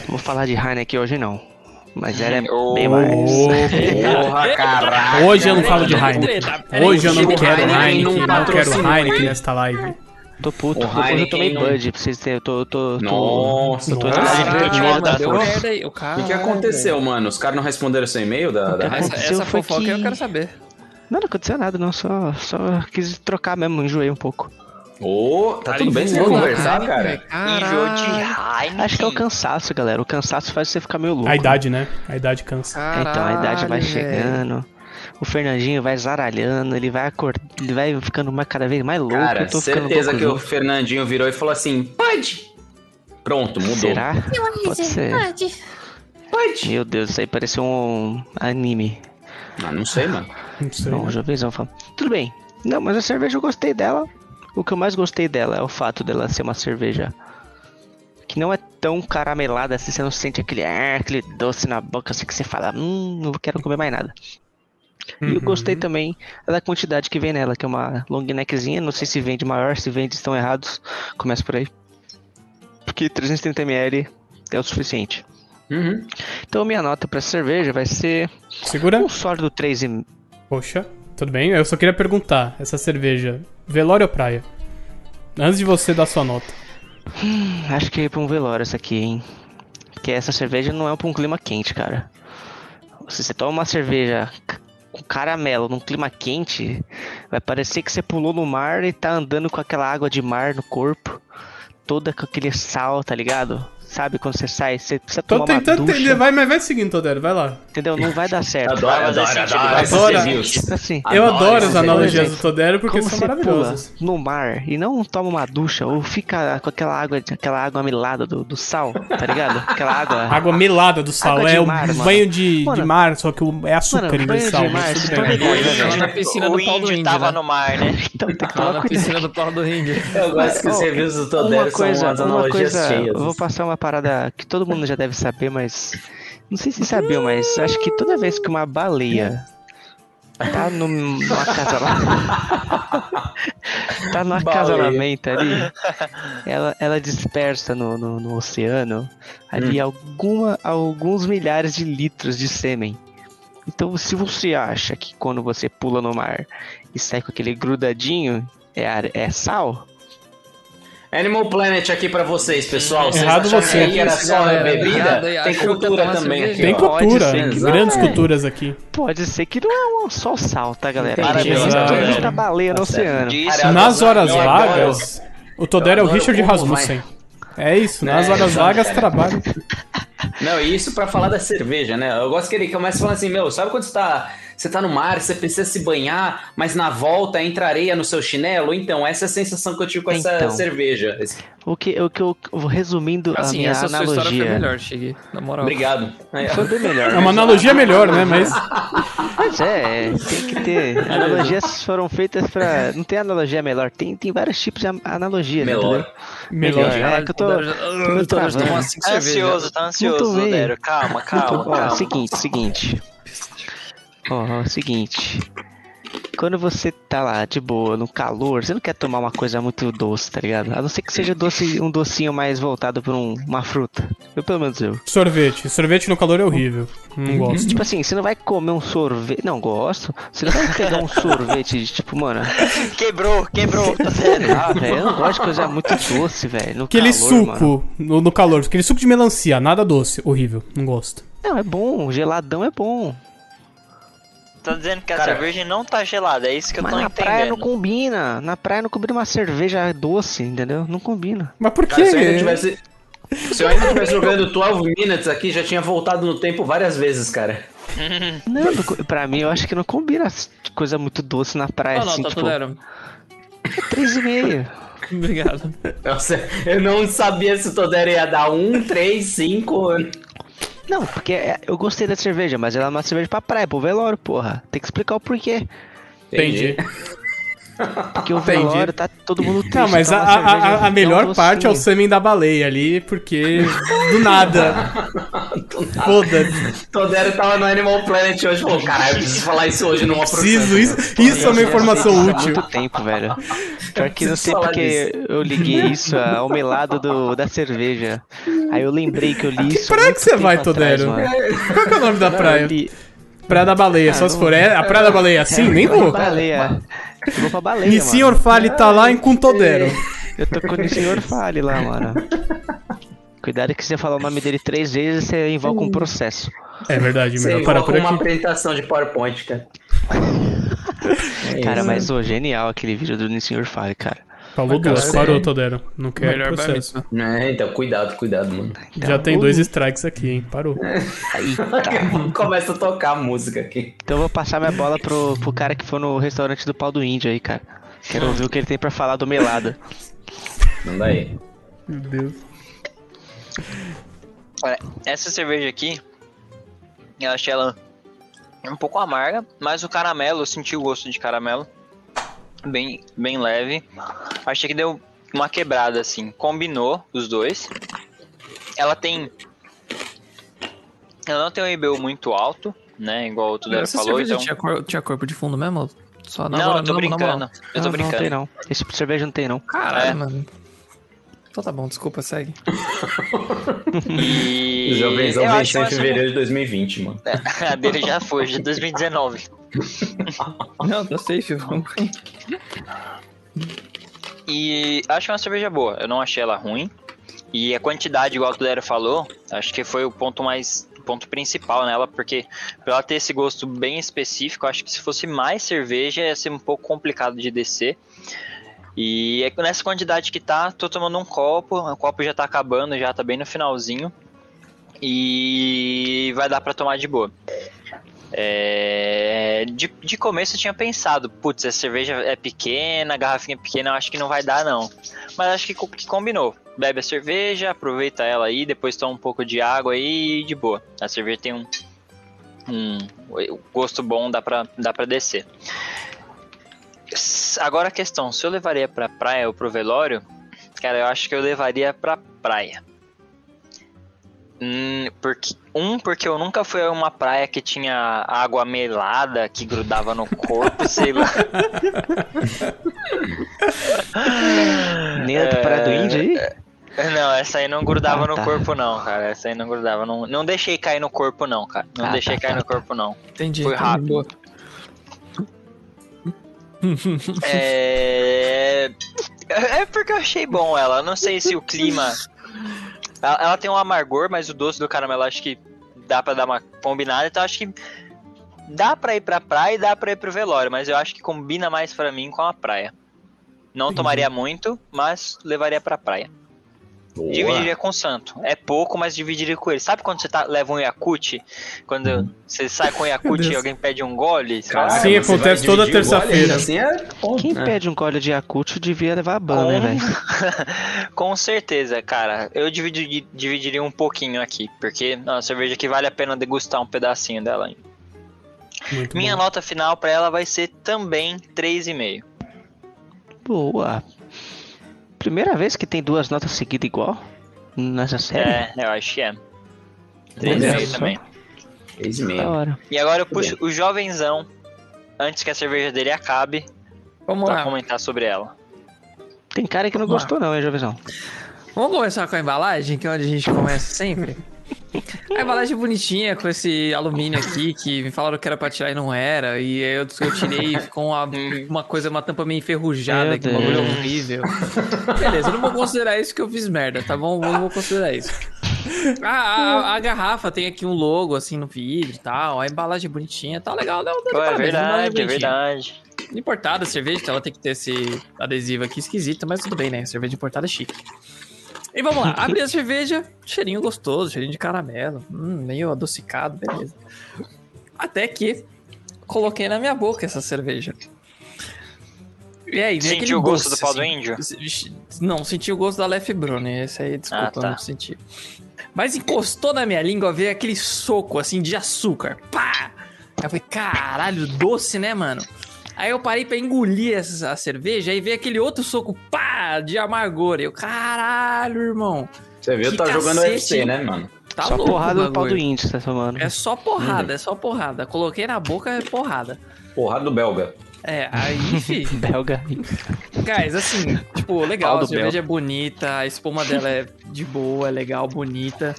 vou falar de Heineken hoje não, mas ela é Ô, bem mais... Porra, caraca. Hoje eu não falo de Peraí, Heineken. treta, peraí, Hoje eu não Chico quero Heineken não Heineken, não quero patrocina Heineken nesta live. Tô O puto, depois eu tomei Heineken- Bud, pra vocês terem, eu tô... eu tô- eu tô- Nossa, Nossa. tô Caralho, dinheiro da mano, deu força. Ah, merda aí, o O cara... que, que aconteceu, mano? Os caras não responderam seu e-mail da. da... Ah, Essa, aconteceu essa foi fofoca que- eu quero saber. Não, não aconteceu nada, não. Só, só quis trocar mesmo, enjoei um pouco. Ô, tá tudo bem? Você quer Vamos lá, conversar, Heineken, cara? velho. Nível de Caralho, Heineken. Acho que é o cansaço, galera. O cansaço faz você ficar meio louco. A idade, né? A idade cansa. É, então, a idade vai caralho, velho. chegando. O Fernandinho vai zaralhando, ele vai acordando, ele vai ficando mais, cada vez mais louco. Cara, eu tô ficando um certeza louco que o junto. Fernandinho virou e falou assim: pode! Pronto, mudou. Será? Pode ser. Pode. Pode! Meu Deus, isso aí pareceu um anime. Ah, não sei, mano. Não sei. Não, jovenzão fala. Tudo bem. Não, mas a cerveja eu gostei dela. O que eu mais gostei dela é o fato dela ser uma cerveja que não é tão caramelada assim, você não sente aquele, ah, aquele doce na boca assim que você fala, hum, não quero comer mais nada. E eu Uhum. gostei também da quantidade que vem nela, que é uma long neckzinha, não sei se vende maior, se vende estão errados, começa por aí. Porque 330ml é o suficiente. Uhum. Então minha nota pra cerveja vai ser Segura. um sólido 3,5. Poxa, tudo bem? Eu só queria perguntar, essa cerveja, velório ou praia? Antes de você dar sua nota. Acho que é pra um velório essa aqui, hein? Porque essa cerveja não é pra um clima quente, cara. Se você toma uma cerveja c- com caramelo num clima quente, vai parecer que você pulou no mar e tá andando com aquela água de mar no corpo, toda com aquele sal, tá ligado? Sabe quando você sai, você precisa Tô tomar uma tentando ducha, entender, vai, mas vai seguindo, Todero, vai lá. entendeu? Não vai dar certo. Adoro, fazer adoro, sentido, adoro. vai esses fazer reviews. Assim, Eu Adoro adoro as esses analogias exemplos. do Todero Ah, porque como são você pula maravilhosas. no mar e não toma uma ducha ou fica com aquela água, aquela água melada do, do sal, tá ligado? Aquela água. Água melada do sal, Ah, Água de é o mar, mano. banho de, de Mano. mar, só que o- é açúcar Mano, em vez banho de de sal. mar, mas você tudo bem. tá ligado, né, velho? Lá na piscina o do pau do índio índio, tava né? no mar, né? Então tem *laughs* que Lá tomar na cuidado. piscina do pau do índio. Eu gosto que os Ó, reviews do Todero Uma são coisa, as uma analogias coisa, cheias. eu vou passar uma parada que todo mundo já deve saber, mas não sei se sabiam, mas acho que toda vez que uma baleia tá num- numa casa lá, *laughs* tá numa Baleia. acasalamento ali, ela, ela dispersa no, no, no oceano ali Hum. alguma, alguns milhares de litros de sêmen. Então, se você acha que quando você pula no mar e sai com aquele grudadinho é, ar- é sal, Animal Planet aqui pra vocês, pessoal. Vocês Errado acharam você. que era só Galera, bebida? errado aí, Tem achou que ia cultura tomar também cerveja. aqui, Tem ó. é cultura, Pode ser, grandes exato. culturas aqui. Pode ser que não é um, só o sal, tá, galera? Entendi. Parabéns, Exato. a gente tá baleia no Tá certo. oceano. Diz, Aliás, Nas eu horas adoro- vagas, o Todero é o adoro Richard como Rasmussen. É isso, Né, nas É, horas exato, vagas cara. trabalha. Não, e isso pra falar da cerveja, né? Eu gosto que ele começa falando assim, meu, sabe quando você tá, você tá no mar, você precisa se banhar, mas na volta entra areia no seu chinelo? Então, essa é a sensação que eu tive com essa Então. cerveja. Esse- O que, o que eu vou resumindo a Assim, minha essa sua história foi analogia. melhor, Cheguei. Na moral. Obrigado. Aí, ó. Foi bem melhor. É uma analogia melhor, né? Mas Mas é, tem que ter. *laughs* Analogias foram feitas pra. Não tem analogia melhor, tem, tem vários tipos de an- analogia, né, Melhor. entendeu? melhor. É que eu tô. Eu tô travando. tomando cinco Tá cervejas. ansioso, tá ansioso, Muito bem. Rodero. Calma, calma, Então, Ó, calma. seguinte, seguinte. Ó, ó, seguinte. Quando você tá lá de boa, no calor, você não quer tomar uma coisa muito doce, tá ligado? A não ser que seja doce, um docinho mais voltado pra um- uma fruta. Eu, pelo menos eu. Sorvete. Sorvete no calor é horrível. Não gosto. Tipo assim, você não vai comer um sorvete. Não, gosto. Você não vai pegar um sorvete de tipo, mano. Quebrou, *laughs* quebrou. Tá Sério, ah, velho, eu não gosto de coisa muito doce, velho. no Aquele calor, mano. suco no, no calor, aquele suco de melancia, nada doce, horrível, não gosto. Não, é bom, geladão é bom. Tá dizendo que a Cara. cerveja não tá gelada, é isso que eu Mas tô na praia não entendendo. combina. Na praia não combina uma cerveja doce, entendeu? Não combina. Mas por Cara, quê? se eu ainda tivesse... Se eu ainda tivesse jogando 12 Minutes aqui, já tinha voltado no tempo várias vezes, cara. Não, não co- pra mim eu acho que não combina as- coisa muito doce na praia, Não, não, assim, tá tipo, tudo era. três e meio. *laughs* Obrigado. Nossa, eu não sabia se o Todero ia dar um, três, cinco. Não, porque é- eu gostei da cerveja, mas ela é uma cerveja pra praia, pro velório, porra. Tem que explicar o porquê. Entendi. Porque o Entendi. velório tá todo mundo triste. Não, mas a, então a- cerveja a- a dá um melhor parte é o docinho. sêmen da baleia ali, porque do nada. Foda-se. Todero tava no Animal Planet hoje e falou: caralho, eu preciso falar isso hoje numa Preciso, produção." isso, isso é uma Eu já sei informação disso útil. Há muito tempo, velho. Pior que não sei Falar porque eu liguei isso ao melado do, da cerveja. Aí eu lembrei que eu li isso. há praia muito que você tempo vai, atrás, Todero? mano. Qual que é o nome da praia? Eu li- Praia da baleia, só se for. É, a praia da baleia é assim? Nem eu vou vou. pra baleia. Eu vou pra baleia, E mano. senhor Fale tá lá em Cuntodero. Eu tô com o senhor Fale lá, mano. Cuidado que se você falar o nome dele três vezes, você invoca um processo. É verdade, Você melhor parar por invoca uma aqui. apresentação de PowerPoint, cara. É Cara, isso. mas ô, genial aquele vídeo do senhor Fale, cara. Falou duas, parou, Todero. Não quero Melhor pra mim. Tá processo. É, então, cuidado, cuidado, mano. Então, Já tem uh, dois strikes aqui, hein? Parou. tá. *laughs* Eita. Começa a tocar a música aqui. Então eu vou passar minha bola pro, pro cara que foi no restaurante do pau do índio aí, cara. Quero ouvir o que ele tem pra falar do *laughs* melado. Manda aí. Meu Deus. Olha, essa cerveja aqui, eu achei ela um pouco amarga, mas o caramelo, eu senti o gosto de caramelo. Bem, bem leve. Achei que deu uma quebrada, assim. Combinou os dois. Ela tem... Ela não tem um IBU muito alto, né? Igual o Tudero Essa falou, cerveja então... tinha, cor- tinha corpo de fundo mesmo? Só na Não, moral, eu tô na- na moral. brincando. Eu tô não, Não tem brincando. não. Esse tipo de cerveja não tem não. Caralho, É. mano. Então tá bom, desculpa, segue. E... Jovens eu ao acho Tá, venceu em essa- fevereiro de 2020, mano. *laughs* A dele já foi, já é 2019. Não, não sei, filho. E acho uma cerveja boa, eu não achei ela ruim. E a quantidade, igual o Lero falou, acho que foi o ponto mais. o ponto principal nela, porque pra ela ter esse gosto bem específico, acho que se fosse mais cerveja ia ser um pouco complicado de descer. E é nessa quantidade que tá, tô tomando um copo, o copo já tá acabando, já tá bem no finalzinho. E vai dar para tomar de boa. É, de, de começo eu tinha pensado, putz, a cerveja é pequena, a garrafinha é pequena, eu acho que não vai dar não. Mas acho que, co- que combinou. Bebe a cerveja, aproveita ela aí, depois toma um pouco de água aí e de boa. A cerveja tem um, um gosto bom, dá pra, dá pra descer. S- Agora a questão, se eu levaria pra praia ou pro velório, cara, eu acho que eu levaria pra praia. Hum, porque, um, porque eu nunca fui a uma praia que tinha água melada que grudava no corpo, *laughs* sei lá. É, Nem na praia do índio aí? Não, essa aí não grudava Ah, no tá. corpo, não, cara. Essa aí não grudava. Não, não deixei cair no corpo, não, cara. Não Ah, deixei tá, cair tá, no corpo, não. Entendi. Foi rápido. Boa. É... é porque eu achei bom ela. Não sei se o clima. Ela, ela tem um amargor, mas o doce do caramelo acho que dá pra dar uma combinada. Então acho que dá pra ir pra praia e dá pra ir pro velório. Mas eu acho que combina mais pra mim com a praia. Não tomaria muito, mas levaria pra praia. Dividiria com o santo. É pouco, mas dividiria com ele. Sabe quando você tá, leva um Yakut? Quando você sai com o Yakut e alguém pede um gole? Você fala, Caraca, Sim, você acontece vai toda dividir o gole? terça-feira. Assim é bom. Quem É. pede um gole de Yakut devia levar a ban, né, Com- velho? *laughs* Com certeza, cara. Eu dividi- dividiria um pouquinho aqui, porque é uma cerveja que vale a pena degustar um pedacinho dela. ainda. Muito Minha bom. nota final pra ela vai ser também 3,5. Boa. Primeira vez que tem duas notas seguidas igual nessa série. É, eu acho que é. Olha 3,5 só. também. Três e Da meio. hora. E agora eu puxo o jovenzão, antes que a cerveja dele acabe, Vamos pra lá. comentar sobre ela. Tem cara que não Vamos lá. gostou, não, hein, Jovenzão? Vamos começar com a embalagem, que é onde a gente começa sempre. A embalagem é bonitinha, com esse alumínio aqui, que me falaram que era pra tirar e não era. E aí eu, eu tirei e ficou uma, uma coisa, uma tampa meio enferrujada, Meu que bagulho é Deus. horrível. Beleza, eu não vou considerar isso que eu fiz merda, tá bom? Eu não vou considerar isso. A, a- a garrafa tem aqui um logo, assim, no vidro e tal. A embalagem é bonitinha, tá legal. Não, tá de Pô, é parabéns, a embalagem verdade, é bonitinha. verdade. Importada, cerveja, então ela tem que ter esse adesivo aqui esquisito, mas tudo bem, né? Cerveja importada é chique. E vamos lá, abri a cerveja, cheirinho gostoso, cheirinho de caramelo, hum, meio adocicado, beleza. Até que coloquei na minha boca essa cerveja. E aí, vem aquele Sentiu o gosto do pau do assim. índio? S- Não, senti o gosto da Lef Brune, esse aí, desculpa, Ah, tá. eu não senti. Mas encostou na minha língua, veio aquele soco, assim, de açúcar. Pá! Aí eu falei, caralho, doce, né, mano? Aí eu parei pra engolir essa, a cerveja, aí veio aquele outro soco, pá, de amargor. Eu, caralho, irmão. Você viu, Que tá jogando cacete. UFC, né, mano? Tá Só louco porrada o no pau do bagulho. índio, Uhum. tá tomando. É só porrada, é só porrada. Coloquei na boca, é porrada. Porrada do belga. É, aí, fi, Belga. Guys, assim, tipo, legal, Pau do a cerveja é bonita, a espuma dela é de boa, é legal, bonita.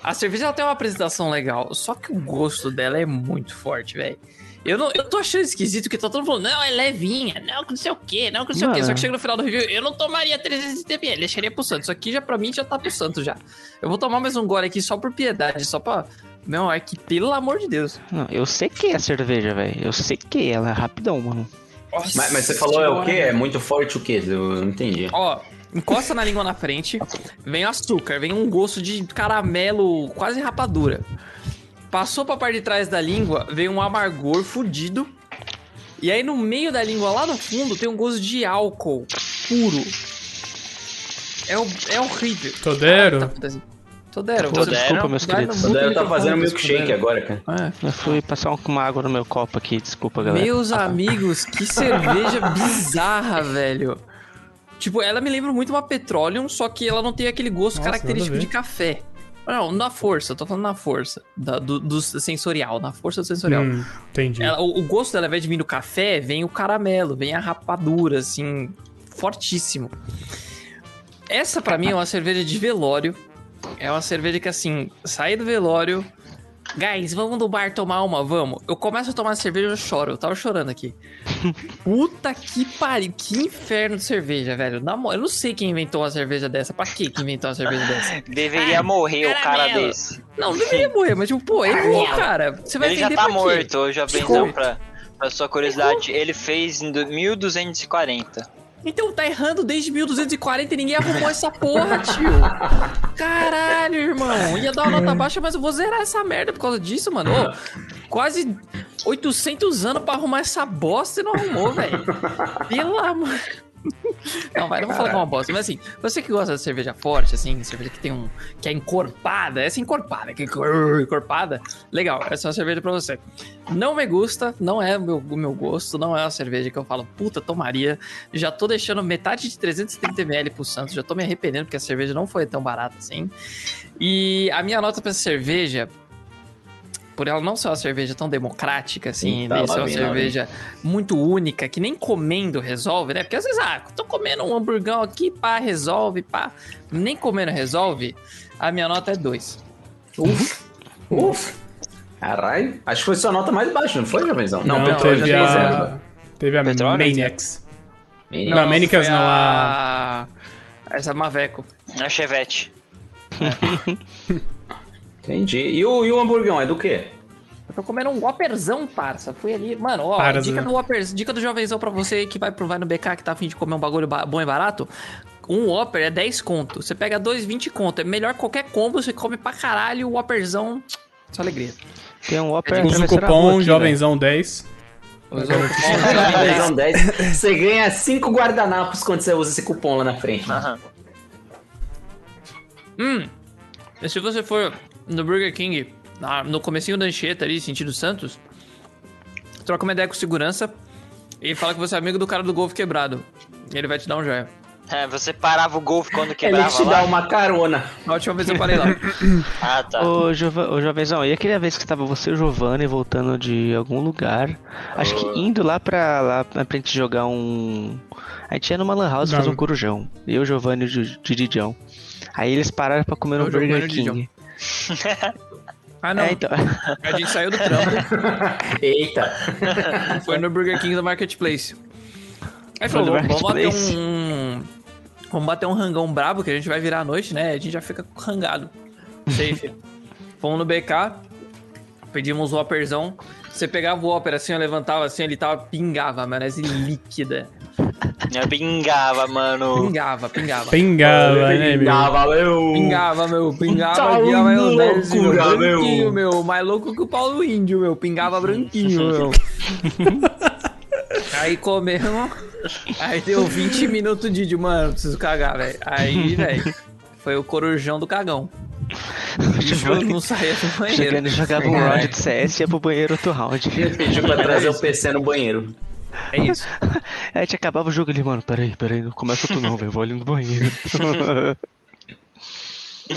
A cerveja ela tem uma apresentação legal, só que o gosto dela é muito forte, velho. Eu, não, eu tô achando esquisito que tá todo mundo falando, não, é levinha, não, que não sei o quê, não, que não sei o quê. Mano. Só que chega no final do review, eu não tomaria 300ml, deixaria pro Santos. Isso aqui já pra mim já tá pro Santos já. Eu vou tomar mais um gole aqui só por piedade, só pra. Não, é que pelo amor de Deus. Não, eu sequei a cerveja, velho. Eu sequei ela é rapidão, mano. Mas, mas você falou é o quê? É muito forte o quê? Eu não entendi. Ó, encosta na língua na frente, vem açúcar, vem um gosto de caramelo quase rapadura. Passou pra parte de trás da língua, vem um amargor fudido. E aí no meio da língua, lá no fundo, tem um gosto de álcool puro. É, o, é horrível. Todero? Caraca, tá acontecendo. Todero. Pô, você- desculpa, meus vai no queridos. mundo, Eu microfone, tava tá fazendo desculpa, milkshake né? agora, cara. É. Eu fui passar um- uma água no meu copo aqui, desculpa, galera. Meus amigos, que cerveja bizarra, velho. Tipo, ela me lembra muito uma Petroleum, só que ela não tem aquele gosto Nossa, característico nada a de ver. café. Não, na força, eu tô falando na força da- do, do sensorial, na força do sensorial. Hum, entendi. Ela- o, o gosto dela, ao invés de vir do café, vem o caramelo, vem a rapadura, assim, fortíssimo. Essa, pra mim, é uma cerveja de velório. É uma cerveja que, assim, sai do velório. Guys, vamos no bar tomar uma, vamos. Eu começo a tomar cerveja, eu choro. Eu tava chorando *laughs* aqui. Puta que pariu, que inferno de cerveja, velho. Na mo- eu não sei quem inventou uma cerveja dessa. Pra que que inventou uma cerveja dessa? Deveria Ah, morrer o cara caramelo. desse. Não, não deveria morrer, mas tipo, pô, errou, cara. Você vai Ele já vender tá pra quê? morto, ô Desculpa. jovenzão, pra, pra sua curiosidade. Ele fez em do- 1240. Então tá errando desde 1240 e ninguém arrumou essa porra, tio. Caralho, irmão. Ia dar uma nota baixa, mas eu vou zerar essa merda por causa disso, mano. Ô, quase 800 anos pra arrumar essa bosta e não arrumou, velho. Pelo amor. Não, vai, não vou falar que é uma bosta, mas assim, você que gosta de cerveja forte, assim, cerveja que tem um. que é encorpada, essa encorpada, que é encorpada, legal, essa é uma cerveja pra você. Não me gusta, não é o meu, o meu gosto, não é uma cerveja que eu falo, puta, tomaria. Já tô deixando metade de 330ml pro Santos, já tô me arrependendo porque a cerveja não foi tão barata assim. E a minha nota pra essa cerveja, por ela não ser uma cerveja tão democrática, assim, Então, nem lá ser uma vem, lá cerveja muito única, que nem comendo resolve, né? Porque às vezes, ah, tô comendo um hamburgão aqui, pá, resolve, pá. Nem comendo resolve, a minha nota é 2. Uhum. Uf. Caralho. Acho que foi sua nota mais baixa, não foi, Jovenzão? Não, Não, eu já teve, dei a, zero. teve a Petróleo, Maniacs. Menino. Não, Américas foi não, a... Essa Maveco. Na É Chevette. Entendi. E o, e o hamburgão é do quê? Eu tô comendo um Whopperzão, parça. Fui ali. Mano, ó, Parça. dica do Whopper, dica do jovenzão pra você que vai provar no BK que tá afim de comer um bagulho ba- bom e barato. Um Whopper é 10 conto. Você pega dois, 20 conto. É melhor qualquer combo, você come pra caralho o Whopperzão. Só alegria. Tem um Whopper Usa o atravessando a rua cupom aqui, né? Jovenzão 10. *laughs* Usou o Jovenzão 10. Você ganha 5 guardanapos quando você usa esse cupom lá na frente. Aham. Hum. E se você for no Burger King, na- no comecinho da Anchieta ali, sentido Santos, troca uma ideia com segurança e fala que você é amigo do cara do Golfo Quebrado. Ele vai te dar um joia. É, você parava o Golf quando Ele quebrava te lá? dá uma carona. A última vez eu parei lá. Ah, tá. velho. Ô, Jova... Ô, Jovenzão, e aquela vez que tava você e o Giovanni voltando de algum lugar? Acho que indo lá pra, lá pra gente jogar um. A gente ia numa Lan House Não. fazer um corujão. Eu, Giovanni e o Di- Didijão. Aí eles pararam pra comer Eu, no Burger Giovanni e o Didião. King. *laughs* Ah, não. É, então. *laughs* A gente saiu do trampo, Eita. foi no Burger King do Marketplace. Aí falou, Foi no vamos bater Marketplace. um... Vamos bater um rangão brabo, que a gente vai virar à noite, né? A gente já fica rangado. Safe. Fomos no BK, pedimos o Whopperzão. Você pegava o Whopper assim, eu levantava assim, ele tava... Pingava, a maionese líquida. Eu pingava, *laughs* mano. Pingava, pingava. Pingava, né, meu? Ah, valeu. Pingava, meu, pingava Tá aqui a maionese, meu, loucura, branquinho, meu. meu, mais louco que o Paulo Índio, meu, pingava branquinho, meu. Aí comemos, aí deu 20 minutos de, de mano, preciso cagar, velho. Aí, velho, foi o corujão do cagão. O E eu Giovanni não saía do banheiro. chegando e jogava um Caralho. round de CS e ia pro banheiro *laughs* outro round. Ele pediu pra trazer o PC no banheiro. É isso. Aí a gente acabava o jogo ali, mano. Peraí, peraí, não começa tu não, velho. Vou ali *laughs* no banheiro.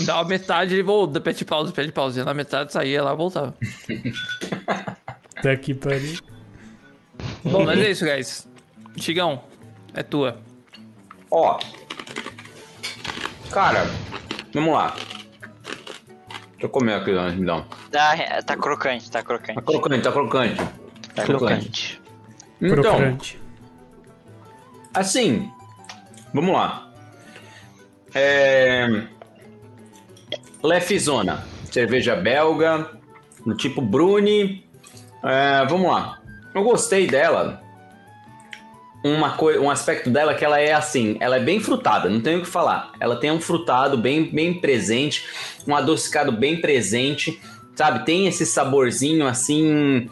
Dava metade, ele voltava, pede pausa, pede pausa. Na metade saía lá e voltava. Daqui pra ali. Bom, mas é isso, guys. Chigão, é tua. Ó. Cara, vamos lá. Deixa eu comer aqui, ó, então. Ah, é, tá crocante, tá crocante. Tá crocante, tá crocante. Tá crocante. Crocante. Então, Crocante. assim, vamos lá. É... Lefzona, cerveja belga, no tipo Bruni. É, vamos lá. Eu gostei dela. Uma coi- um aspecto dela é que ela é assim, ela é bem frutada, não tenho o que falar. Ela tem um frutado bem, bem presente, um adocicado bem presente, sabe? Tem esse saborzinho assim,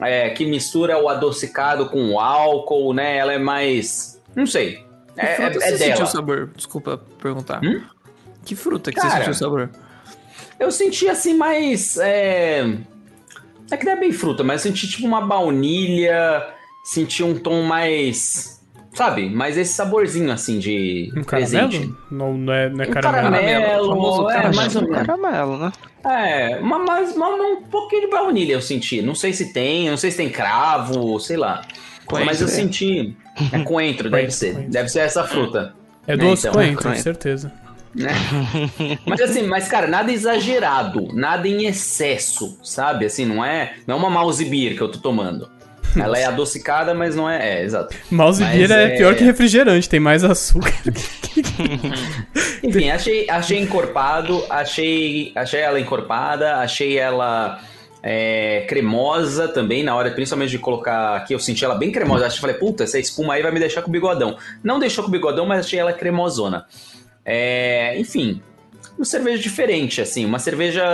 é, que mistura o adocicado com o álcool, né? Ela é mais. Não sei. É, é, fruta é você sentiu dela. o sabor? Desculpa perguntar. Hum? Que fruta que você Cara. sentiu o sabor? Eu senti assim mais. É... é que não é bem fruta, mas eu senti tipo uma baunilha, senti um tom mais. Sabe? Mas esse saborzinho assim de Um presente. caramelo? Não, não é, não é Um caramelo. caramelo, Famoso é, caramelo. mais ou menos. Caramelo, né? É, mas, mas, mas um pouquinho de baunilha eu senti. Não sei se tem, não sei se tem cravo, sei lá. Coentro, mas eu é. senti. É *laughs* coentro, deve Coentro, ser. coentro. Deve ser essa fruta. É doce Então, com é entro, coentro. certeza. né? mas assim, mas cara, nada exagerado, nada em excesso, sabe? Assim, não é, não é uma mouse beer que eu tô tomando. Ela é adocicada, mas não é, é, exato. Mouse Mas beer é, é- pior que refrigerante, tem mais açúcar. Enfim, achei, achei encorpado, achei, achei ela encorpada, achei ela é, cremosa também, na hora principalmente de colocar aqui, eu senti ela bem cremosa. Acho que falei, puta, essa espuma aí vai me deixar com o bigodão. Não deixou com o bigodão, mas achei ela cremosona. É, enfim, uma cerveja diferente, assim, uma cerveja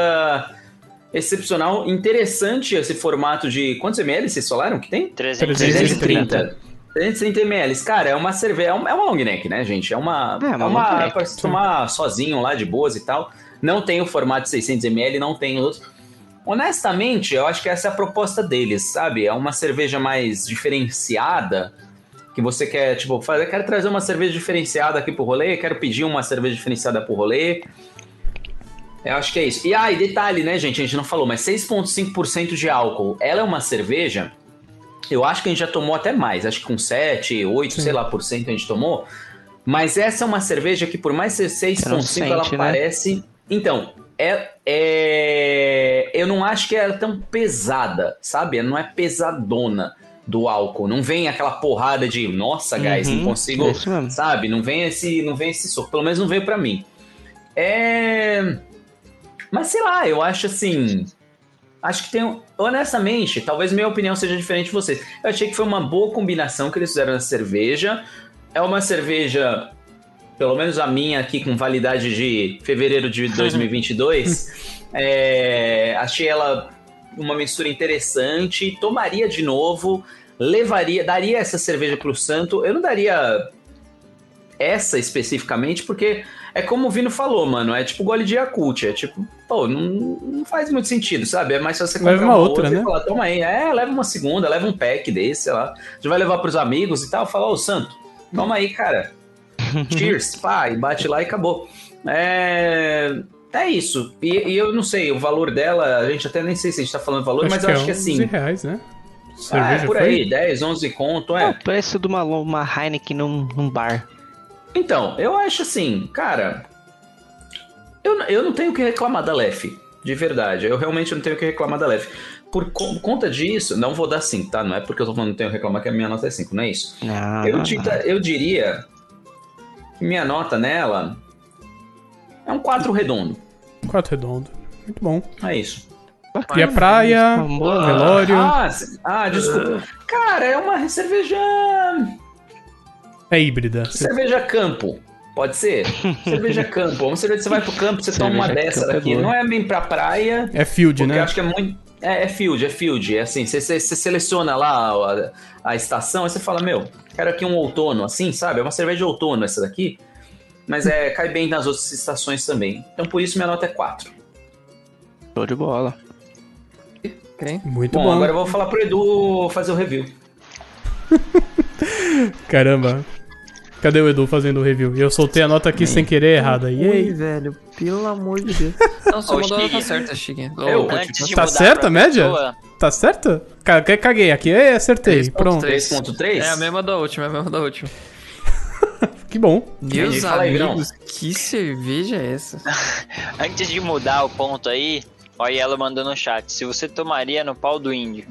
excepcional, interessante esse formato de. Quantos ml vocês falaram que tem? 300. 330. 330 ml. Cara, é uma cerveja. É uma é uma long neck, né, gente? É uma. É, É uma uma. long neck, pra se tomar sozinho lá, de boas e tal. Não tem o formato de 600 ml, não tem os outros. Honestamente, eu acho que essa é a proposta deles, sabe? É uma cerveja mais diferenciada. Que você quer, tipo, fazer. Quero trazer uma cerveja diferenciada aqui pro rolê. Quero pedir uma cerveja diferenciada pro rolê. Eu acho que é isso. E aí, detalhe, né, gente? A gente não falou, mas 6,5% de álcool. Ela é uma cerveja. Eu acho que a gente já tomou até mais. Acho que com 7, 8, sei lá, por cento a gente tomou. Mas essa é uma cerveja que, por mais ser Você não 6,5%, ela sente, né? parece. Então, é, é- Eu não acho que ela é tão pesada, sabe? Ela não é pesadona do álcool. Não vem aquela porrada de, nossa, Tá, guys, Uhum, não consigo é isso mesmo. sabe? Não vem esse, não vem esse soco, pelo menos não veio pra mim. É, mas sei lá, eu acho assim, acho que tem, um- honestamente, talvez minha opinião seja diferente de vocês. Eu achei que foi uma boa combinação que eles fizeram na cerveja. É uma cerveja, pelo menos a minha aqui com validade de fevereiro de 2022. é, achei ela uma mistura interessante, tomaria de novo, levaria, daria essa cerveja pro Santo. Eu não daria essa especificamente, porque é como o Vino falou, mano, é tipo gole de Yakult, é tipo, pô, não, não faz muito sentido, sabe? É mais só você Leva comprar uma outra, né? e falar, toma aí, é, leva uma segunda, leva um pack desse, sei lá. A gente vai levar pros amigos e tal, fala, ô Santo, toma aí, cara. Uhum. Cheers, pá, e bate lá e acabou. É... É isso. E, e eu não sei, o valor dela, a gente até nem sei se a gente tá falando valor, *laughs* mas eu acho que 11 assim. é reais, né? Ah, Cerveja é por foi? aí, 10, 11 conto, É é. o preço de uma, lo- uma Heineken num, num bar. Então, eu acho assim, cara. Eu, eu não tenho o que reclamar da Lef. De verdade. Eu realmente não tenho o que reclamar da Lef. Por co- conta disso, não vou dar 5, tá? Não é porque eu tô falando não tenho o que reclamar que a minha nota é 5, não é isso. Ah, Não, eu, não, di- não. eu diria que minha nota nela é um 4 redondo. Quatro redondo. Muito bom. É isso. E a praia, Uma boa, né? velório. Ah, s- ah, desculpa. Cara, é uma cerveja. É híbrida. Cerveja campo. Pode *laughs* ser? Cerveja campo. Uma cerveja que você vai pro campo, você toma uma Cerveja dessa campo é daqui. boa. não é bem pra praia. É field, Porque né? eu acho que é muito. É, é field, é field. É assim, você você- você seleciona lá a, a estação, aí você fala, meu, quero aqui um outono, assim, sabe? É uma cerveja de outono essa daqui. Mas é, cai bem nas outras estações também. Então por isso minha nota é 4. Show de bola. Muito Bom, bom. agora eu vou falar pro Edu fazer o review. Caramba. Cadê o Edu fazendo o review? Eu soltei a nota aqui sem querer errada. E Ui, aí? velho, pelo amor de Deus. *laughs* Não, só Ô, mandou a nota Chiquinha. certa, Chiquinha. Ô, Eu, Chiquinha. Antes de Tá mudar certa pra a média? pessoa, Tá certo? Ca- Caguei aqui. Ei, acertei. 3.3. Pronto. 3.3? É a mesma da última, é a mesma da última. Que bom. Meus Fala aí, Grão. amigos, que cerveja é essa? antes de mudar o ponto aí, olha ela mandou no chat. Se você tomaria no pau do índio.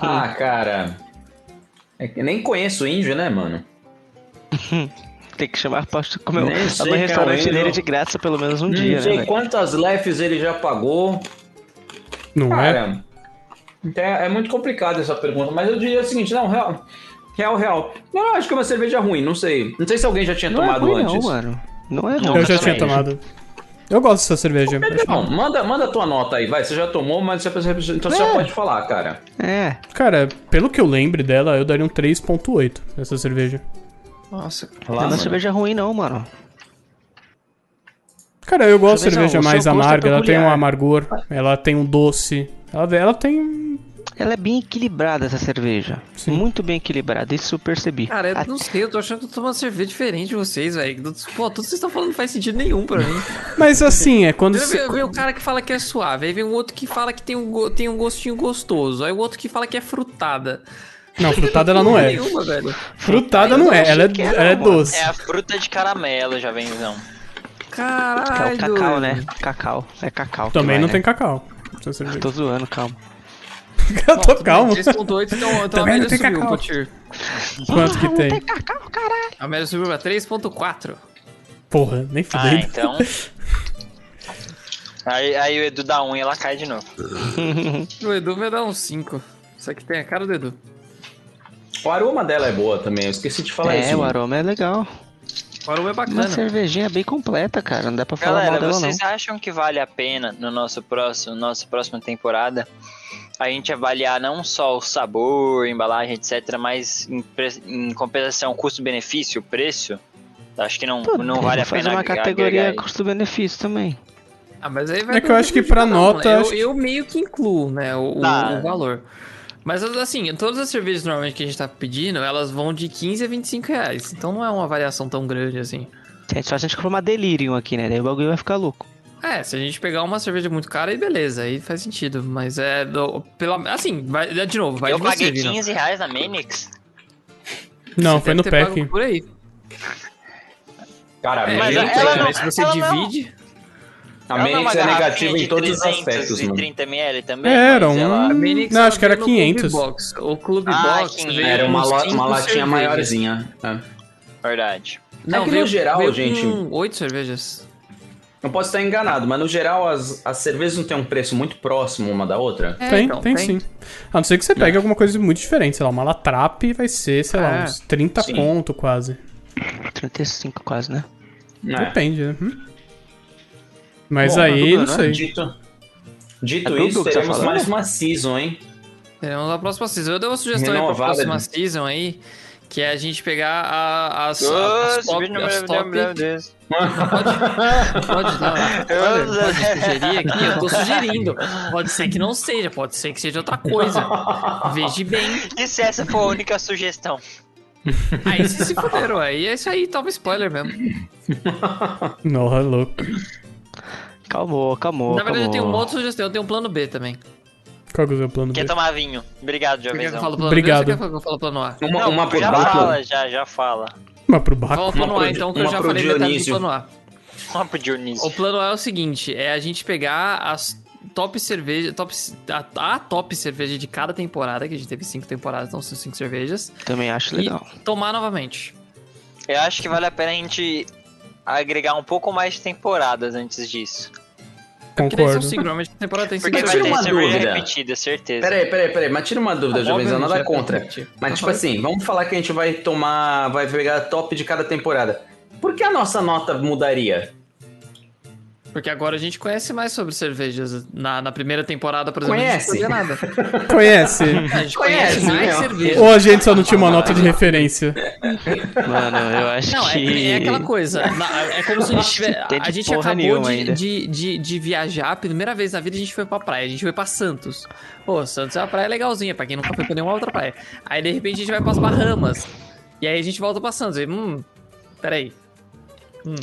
Ah, cara. É que eu nem conheço o índio, né, mano? Tem que chamar pra comer Nem um- sei abrir um quem é o restaurante Wendel. dele de graça pelo menos um Não dia, né? sei velho? quantas lefes ele já pagou. Não é? Cara, então é, é muito complicado essa pergunta, mas eu diria o seguinte, não, real, real, real. Eu não acho que é uma cerveja ruim, não sei. Não sei se alguém já tinha Não é tomado ruim, antes. Não, mano. Não é Não, ruim. Eu já mas tinha também. tomado. Eu gosto dessa cerveja. acho Não, bom. manda, manda a tua nota aí, vai. Você já tomou, mas você precisa- então você já pode falar, cara. É. Cara, pelo que eu lembro dela, eu daria um 3.8 nessa cerveja. Nossa, não é mano. uma cerveja ruim, não, mano. Cara, eu gosto de Cerveja, cerveja o seu mais gosto é amarga, ela tem peculiar. um amargor, ela tem um doce, ela, ela tem... um- Ela é bem equilibrada, essa cerveja. Sim. Muito bem equilibrada, isso eu percebi. Ah, cara, eu A- não sei, eu tô achando que eu tô tomando cerveja diferente de vocês, velho. Pô, tudo que vocês estão falando não faz sentido nenhum pra mim. Mas assim, é quando... Primeiro se- Vem, vem um cara que fala que é suave, aí vem um outro que fala que tem um, go- tem um gostinho gostoso, aí o outro que fala que é frutada. um Não, frutada ela não é. Nenhuma, velho. Frutada não é, ela é, ela é doce. É a fruta de caramelo, já vem, não. É Caralho. o cacau, né? Cacau. É cacau. que Também vai, não né? tem cacau. Essa *laughs* cerveja. Tô zoando, calma. Eu tô calmo. 3.8, então, então a Também não média tem subiu, cacau. Potir. Quanto Ah, que tem? A é média subiu pra 3.4. Porra, nem *laughs* então, Ah, fudei. então. Aí, aí o Edu dá um e ela cai de novo. O Edu vai dar um 5. Isso aqui tem a cara do Edu. O aroma dela é boa também, eu esqueci de falar É, isso. o aroma é legal. O aroma é Uma bacana. cervejinha bem completa, cara. Não dá pra falar Galera, mal dela, vocês acham que vale a pena no nosso próximo, nossa próxima temporada a gente avaliar não só o sabor, embalagem, etc, mas em, pre- em compensação custo-benefício, preço? Acho que não, não. não vale a faz pena uma agregar categoria isso. custo-benefício também. Ah, mas aí vai É que eu acho que pra Cada um, né? nota, Eu, acho que- eu meio que incluo, né, o, o- Tá. o valor. Mas assim, todas as cervejas normalmente que a gente tá pedindo, elas vão de 15 a 25 reais. Então não é uma variação tão grande assim. Gente, É só se a gente comprar uma delirium aqui, né? Daí o bagulho vai ficar louco. É, se a gente pegar uma cerveja muito cara, aí beleza, aí faz sentido. Mas é. do- pela, assim, vai, de novo, vai Eu de você, paguei Vina. 15 reais na Menix. *laughs* Não, Você foi deve no ter pack. pago Por aí. Cara, a É, Mas Menix, ela né? não- se você ela não- divide. a Menix é negativa em todos os aspectos, mano. 30 ml É, também. Era mas ela- é um. Menix Não, ela acho que era veio no é Clube 500. Box. O Clube Ah, Box 500. veio Era uma, com lo- cinco uma latinha cervejas. maiorzinha. é. Verdade. É que no geral, veio gente- um- com oito cervejas. Não posso estar enganado, mas no geral as, as cervejas não têm um preço muito próximo uma da outra. É, tem, então, tem, sim. A não ser que você pegue alguma coisa muito diferente, sei lá, uma latrap vai ser, sei lá, É, uns 30 sim. conto quase. 35 quase, né? É. Depende, né? Hum. Mas Bom, tá aí, tudo, não né? sei. Dito, dito É tudo isso, que você teremos falou? mais uma season, hein? Teremos a próxima season. Eu dei uma sugestão aí pra Renovada, próxima né? season aí, que é a gente pegar a, as, Ah, as top... As top Deus. *laughs* pode dar. Olha, pode sugerir aqui, eu tô sugerindo. Pode ser que não seja, pode ser que seja outra coisa. Veja bem. E se essa for a única sugestão? Aí vocês se fuderam, aí é isso aí, toma spoiler mesmo. né? Não, é louco. Calmou, calmou, Na verdade, eu calmou. tenho uma outra sugestão, eu tenho um plano B também. Qual que é o seu plano Quer B? tomar vinho? Obrigado, Você quer que eu jovenzão. falo plano Obrigado. B ou você quer que eu falo plano A? Uma, Não, uma por já baixo. fala, já, já fala. *laughs* um Mas pro barco. Fala o plano pro A Di- então, que eu uma já pro falei metade do Dionísio. plano A. Vamos pro Dionísio. O plano A é o seguinte: é a gente pegar as top cerveja, top, a, a top cerveja de cada temporada, que a gente teve cinco temporadas, então são cinco cervejas, Também acho legal. e tomar novamente. Eu acho que vale a pena a gente agregar um pouco mais de temporadas antes disso. Porque daí são Concordo. cinco, normalmente a temporada tem cinco Porque eu vai tiro ter uma cerveja dúvida. repetida, certeza. Peraí, peraí, peraí, mas tira uma dúvida, Jovenzão, Obviamente, nada é contra. perfeito. Mas, Tá tipo falando. assim, vamos falar que a gente vai tomar, vai pegar a top de cada temporada. Por que a nossa nota mudaria? assim- Porque agora a gente conhece mais sobre cervejas. Na, na primeira temporada, por exemplo, a gente Conhece? não sabia nada. *laughs* Conhece? A gente Conhece, conhece mais né? cervejas. Ou a gente só não tinha uma nota de *laughs* referência? Mano, eu acho Não, é, que. é *laughs* aquela *laughs* coisa. na- é como se a gente tiver. Tem de A gente porra acabou nenhuma de, ainda. de, de, de viajar. A primeira vez na vida a gente foi pra praia. A gente foi pra Santos. Pô, Santos é uma praia legalzinha, pra quem nunca foi pra nenhuma outra praia. Aí de repente a gente vai pras Bahamas. E aí a gente volta pra Santos. E, hum, peraí.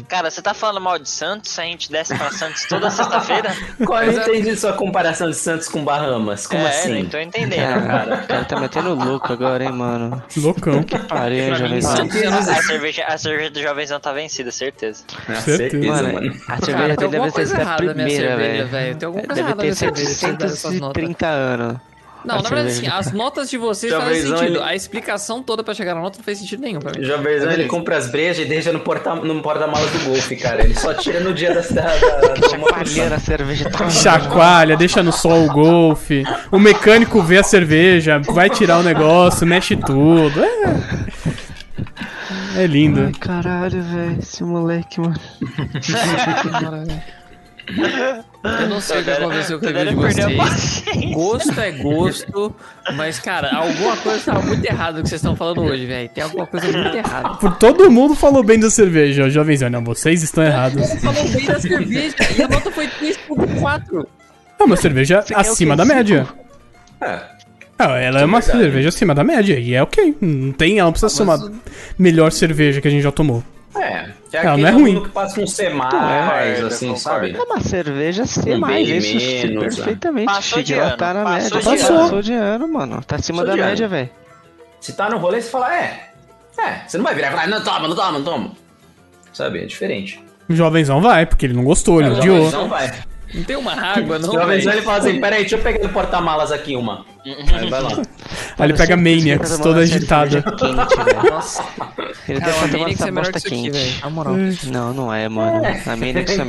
Cara, você tá falando mal de Santos? A gente desce pra Santos toda sexta-feira? Qual eu Mas é- entendi sua comparação de Santos com Bahamas? Como é, assim? não tô entendendo, cara. Cara, o *laughs* cara tá metendo louco agora, hein, mano. Loucão. Parei, hein, Pra mim, jovenzão. Santos é uma- A cerveja, a cerveja do jovenzão tá vencida, certeza. É, Certeza. Mano, a Cara, cerveja tem dele deve alguma ter coisa sido a errada na minha primeira, cerveja, velho. É, velho. Tem alguma coisa Deve errada na minha ter cerveja. pra dar essas notas. 730 anos. Não, a na verdade, assim, cerveja. as notas de vocês fazem Talvez não, sentido. ele- A explicação toda pra chegar na nota não fez sentido nenhum pra mim. Jovenzão, ele compra as brejas e deixa no porta- no porta-malas do golfe, cara. Ele só tira no dia da... *laughs* da, da- da Palheira, a cerveja tá Chacoalha, deixa no sol o golfe. O mecânico vê a cerveja, vai tirar o negócio, mexe tudo. É, é lindo. Ai, caralho, velho. Esse moleque, mano. Eu não sei o que Todero- aconteceu com o Todero review de perdeu a vocês. Gosto é gosto, mas, cara, alguma coisa tá muito errada do que vocês estão falando hoje, velho. Tem alguma coisa muito errada. Por todo mundo falou bem da cerveja, o jovenzão. Não, vocês estão errados. Falou bem da cerveja e a nota foi 3.4. É uma cerveja acima da média. É. Ah, ela é uma cerveja acima da média e é ok. Não tem, ela não precisa ser uma melhor cerveja que a gente já tomou. É, é Não, aquele não é ruim. aluno que passa um C mais, assim, sabe? É uma cerveja C+, Um mais, bem isso sim, ah. menos, né? perfeitamente. Passou Chique, de ela ano, tá na passou média. de ano. Passou de ano, mano. Tá acima Passou da de ano. média, velho. Se tá no rolê, você fala, é. É, você não vai virar e falar, não toma, não toma, não toma. Sabe, é diferente. O jovenzão vai, porque ele não gostou, ele É, O odiou. jovenzão vai. Não tem uma água, não, O jovenzão ele velho. fala assim, peraí, deixa eu pegar do porta-malas aqui uma. Aí vai lá. Uhum. Aí ele pega Mano, sempre que Maniacs, você tá toda tomando uma agitada. cerveja quente, velho. Nossa. Ele Cara, deve estar a tomando Menix essa é melhor que bosta isso aqui, quente. velho. Na moral. Não, não é, mano. A *laughs* Menix é melhor que isso.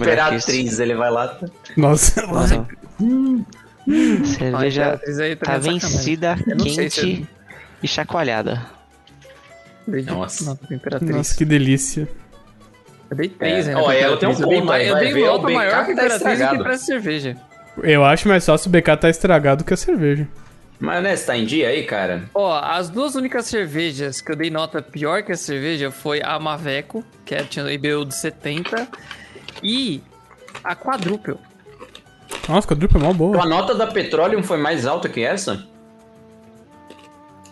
Imperatriz, ele vai lá. Nossa, *laughs* Mano. Olha, Hum. Cerveja Imperatriz aí tá de sacanagem. vencida, Eu não sei se quente e chacoalhada. Dei de- Nossa. Não, dei Imperatriz. nossa, que delícia. Eu dei 3 É. ainda. Ó, pra ela tem um Imperatriz. eu dei ponto mais- aí, Eu vai dei ver, o nota BK maior tá que Imperatriz do que estragado. pra cerveja. Eu acho mais fácil o BK tá estragado que a cerveja. Mas, né, você tá em dia aí, cara? Ó, as duas únicas cervejas que eu dei nota pior que a cerveja foi a Maveco, que é- tinha IBU de 70, e a Quadruple. Nossa, quadruple é mó boa. A nota da Petroleum foi mais alta que essa?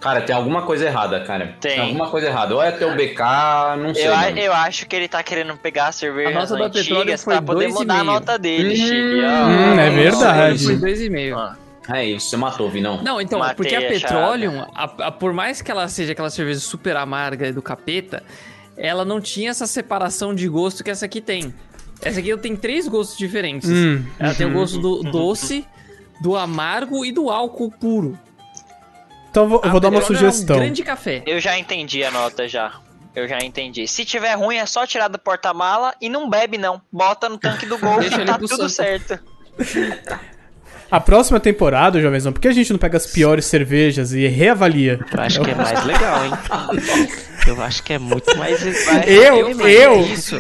Cara, tem alguma coisa errada, cara. Tem. alguma coisa errada. Ou é teu BK, não sei. Eu, a- mano. eu acho que ele tá querendo pegar as cervejas nota da Petróleo antigas foi pra poder dois e mudar a meio. nota dele, Hum, Chique. ó. hum, é Nossa, verdade. Foi 2,5. Ah. É isso, você matou, Vinão. Não, então, Matei porque a a Petroleum, a- a- por mais que ela seja aquela cerveja super amarga e do capeta, ela não tinha essa separação de gosto que essa aqui tem. Essa aqui ela tem três gostos diferentes. Hum, Ela tem o gosto do doce, do amargo e do álcool puro. Então eu vou, eu vou A dar uma Petroleum sugestão. É um grande café. Eu já entendi a nota já. Eu já entendi. Se tiver ruim, é só tirar do porta-mala e não bebe, não. Bota no tanque do gol Deixa e ele tá pro tudo santo. certo. A próxima temporada, Jovenzão, por que a gente não pega as piores cervejas e reavalia? Eu acho que é mais legal, hein? Eu acho que é muito mais legal. Eu, eu, É eu, isso.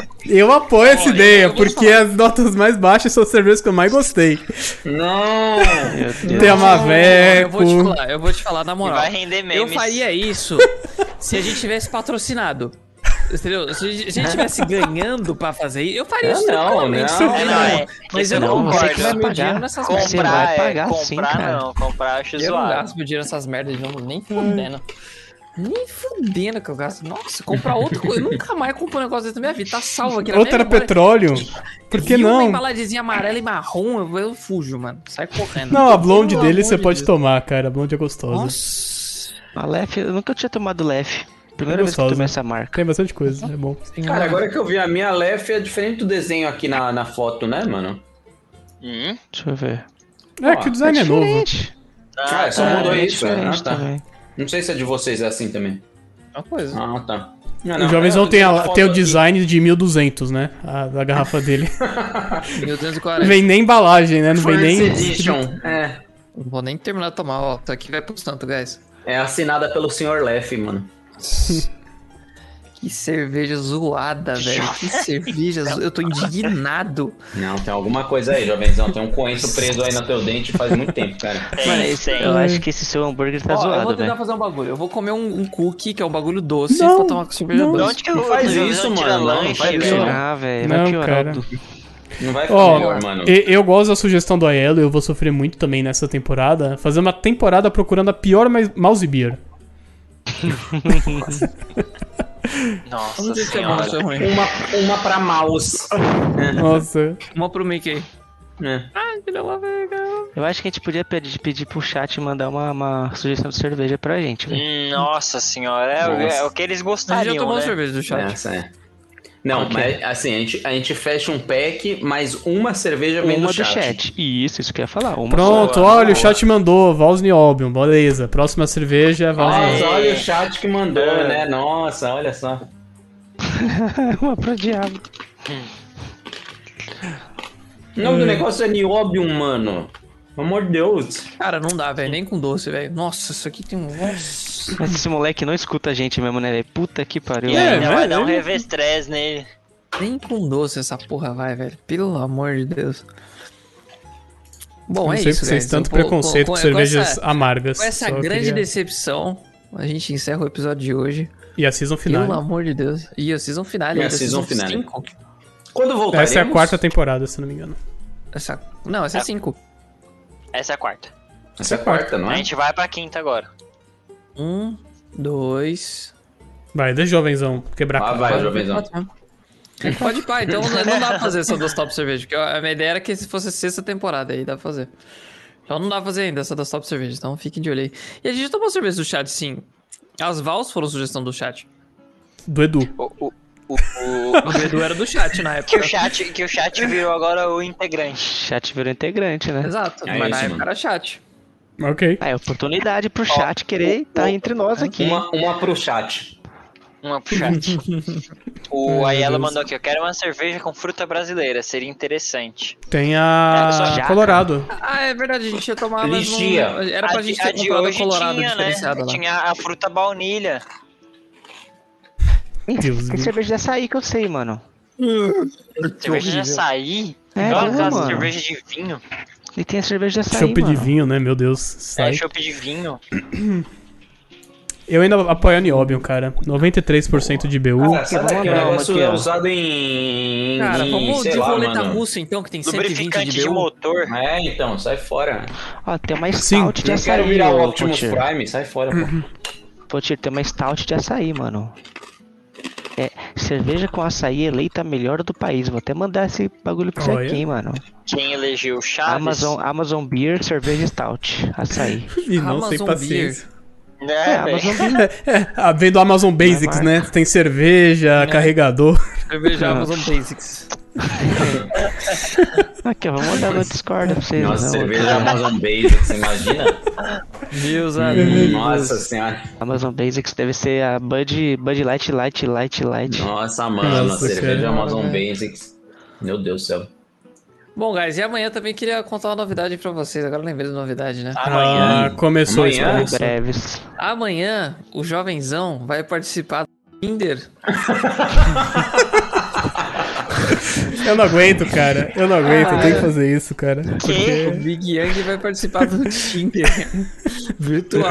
apoio essa Olha, eu ideia, vou porque as notas mais baixas são as cervejas que eu mais gostei. *laughs* Não! Meu Deus. Tem a Eu vou te Maveco. falar, eu vou te falar na E moral. vai render Eu memes. faria isso se a gente tivesse patrocinado. Entendeu? Se a gente se a gente tivesse ganhando pra fazer isso, eu faria isso Não, tranquilamente. não. É, não, é. Mas isso eu não não, concordo. você gosto que de vai meu pagar. dinheiro nessas Com- merdas. Você vai Comprar, é, pagar comprar sim, cara. não, comprar acho Eu não zoado. gasto meu dinheiro nessas merdas de novo, nem fudendo. Nem fudendo que eu gasto. Nossa, comprar outro. co- Eu nunca mais compro um negócio desse na minha vida. Tá salvo aqui na Outra minha memória. petróleo. Por que Viu Uma não? embalagemzinha amarela e marrom, eu, eu fujo, mano. Sai correndo. Não, a blonde Pelo dele amor você de pode Deus. tomar, cara. A blonde é gostosa. Nossa. A Lef, eu nunca tinha tomado Lef. Primeira É vez que eu gostosa. tomei essa marca. Tem bastante coisa, é bom. Cara, agora que eu vi a minha Lef é diferente do desenho aqui na, na foto, né, mano? Hum? Deixa eu ver. É que o design é novo. Diferente. Ah, só É, mudou é isso. né? diferente Ah, tá. também. Não sei se é de vocês é assim também. Uma coisa. Ah, tá. Não, O não, Jovenzão é, tem, a- foto tem o aqui. design de 1200, né? A, a garrafa *laughs* dele. 1240. Não vem nem embalagem, né? Não vem First *laughs* nem. Edition. É. Não vou nem terminar de tomar, ó. Tá aqui vai pro santo, guys. É assinada pelo Sr. Lef, mano. Que cerveja zoada, *laughs* velho. Que cerveja zoada. Eu tô indignado. Não, tem alguma coisa aí, jovenzão. Tem um coenço preso aí no teu dente faz muito tempo, cara. Tem, Mano, esse- tem. eu acho que esse seu hambúrguer tá Ó, eu vou zoado, tentar velho. fazer um bagulho. Eu vou comer um, um cookie, que é um bagulho doce, Não, pra tomar com cerveja não. De doce. onde que eu Não faz eu- eu isso, tiro mano, não lanche, faz isso, velho? não. Ah, velho, Não, vai piorar cara. o do- Não vai ficar Ó, melhor, mano. e- eu gosto da sugestão do Aiello, eu vou sofrer muito também nessa temporada. Fazer uma temporada procurando a pior mais- mouse beer. Nossa sei se é bom ou se é senhora. ruim. Uma, uma pra mouse. Nossa. Uma pro Mickey. É. Ai, que lá, velho. Eu acho que a gente podia pedir, pedir pro chat mandar uma, uma sugestão de cerveja pra gente, né? velho. Hum, Nossa senhora, é, o- é o que eles A gente gostariam, já tomou né? cerveja do chat. Essa é. Não, mas assim, a gente, a gente fecha um pack, mais uma cerveja vem Uma do do chat. chat. Isso, isso que eu ia falar. Uma Pronto, Boa, olha, boa. o chat mandou, Valsny Albion, beleza. Próxima cerveja, Valsny. Aê. Nossa, olha o chat que mandou, né? Nossa, olha só. só. uma pro diabo. O nome do negócio é Niobium, mano. Pelo amor de Deus. É. Cara, não dá, velho. Nem com doce, velho. Nossa, isso aqui tem um. Nossa. Mas esse moleque não escuta a gente mesmo, né, velho? Puta que pariu. É, mano. Ainda vai velho, dar um ele- revestrez nele. Nem com doce essa porra vai, velho. Pelo amor de Deus. Bom, Não é sei por isso, que vocês guys. tanto Eu vou- preconceito com, cervejas essa- amargas. Com essa Só grande queria- decepção, a gente encerra o episódio de hoje. E a season Pelo final. amor de Deus. E a season finale. E É a ainda, season finale. cinco. Quando voltaremos... Essa é a quarta temporada, se não me engano. Essa... Não, essa é Ah. 5. Essa é a quarta. Essa é a quarta, não A é? gente vai pra quinta agora. 1, 2, Vai, deixa o jovenzão quebrar Lá a vai, cara. jovenzão. né? Pode pá, então não não dá pra fazer só dos top cerveja, porque a minha ideia era que se fosse sexta temporada, aí dá pra fazer. Então não dá pra fazer ainda essa dos top cerveja, então fiquem de olho aí. E a gente tomou cerveja do chat, sim. As Vals foram sugestão do chat. Do Edu. O, o, o, o- *laughs* O Edu era do chat na *laughs* que, época. o chat, que o chat virou agora o integrante. Chat virou integrante, né? Exato, É mas na isso, época mano. era chat. Ok. Ah, é oportunidade pro chat querer estar entre tá nós aqui. Uma, uma pro chat. Uma *laughs* pro chat. o Ayala mandou aqui, eu quero uma cerveja com fruta brasileira, seria interessante. Tem É, só a jaca. Colorado. Ah, é verdade, a gente ia tomar mais um... Ligia. Era pra de- gente ter comprado a Colorado né? tinha, né? diferenciada lá. Tinha a fruta baunilha. Deus, Tem Deus. cerveja de açaí que eu sei, mano. cerveja de açaí. É, Aquela não, casa de mano. cerveja de vinho. E tem a cerveja de açaí, Chope de mano. vinho, né? Meu Deus. É, Sai. chopp de vinho. Eu ainda apoio a Niobium, cara. 93% de um. BU. Cara, sabe vamos que o abrir uma negócio aqui, é ó. usado em. Cara, em, vamos sei de lá, roleta mano. russa então, que tem 120 Lubrificante de um? de, BU. motor. É, então, sai fora. Ó, tem uma Sim. stout de Eu açaí, quero virar o ô, Optimus Potir. Prime, sai fora, pô. Potir, tem uma stout de açaí, mano. É, cerveja com açaí eleita a melhor do país. Vou até mandar esse bagulho pra você Olha. aqui, mano. Quem elegeu Chaves? Amazon, Amazon Beer, cerveja stout, açaí. E não sem Amazon paciência. *laughs* Né, É, velho? Amazon Beer. É, ah, vem do Amazon Basics, marca. né? Tem cerveja, carregador. Cerveja *laughs* Amazon um Basics. Aqui, ó, vamos olhar no Discord pra vocês. né, Nossa, não. cerveja Amazon Basics, imagina? Meus amigos. Nossa senhora. Amazon Basics deve ser a Bud, Bud Light, Light, Light, Light. Nossa, mano, Nossa, cerveja cara. Amazon Basics. Meu Deus do céu. Bom, guys, e amanhã também queria contar uma novidade pra vocês. Agora eu lembrei da novidade, né? Amanhã. Ah, começou isso. Amanhã? começou. Breves. Amanhã, o jovenzão vai participar do Tinder. Eu não aguento, cara. Eu não aguento. Eu tenho que fazer isso, cara. O Porque... Big Yang vai participar *laughs* do Tinder virtual.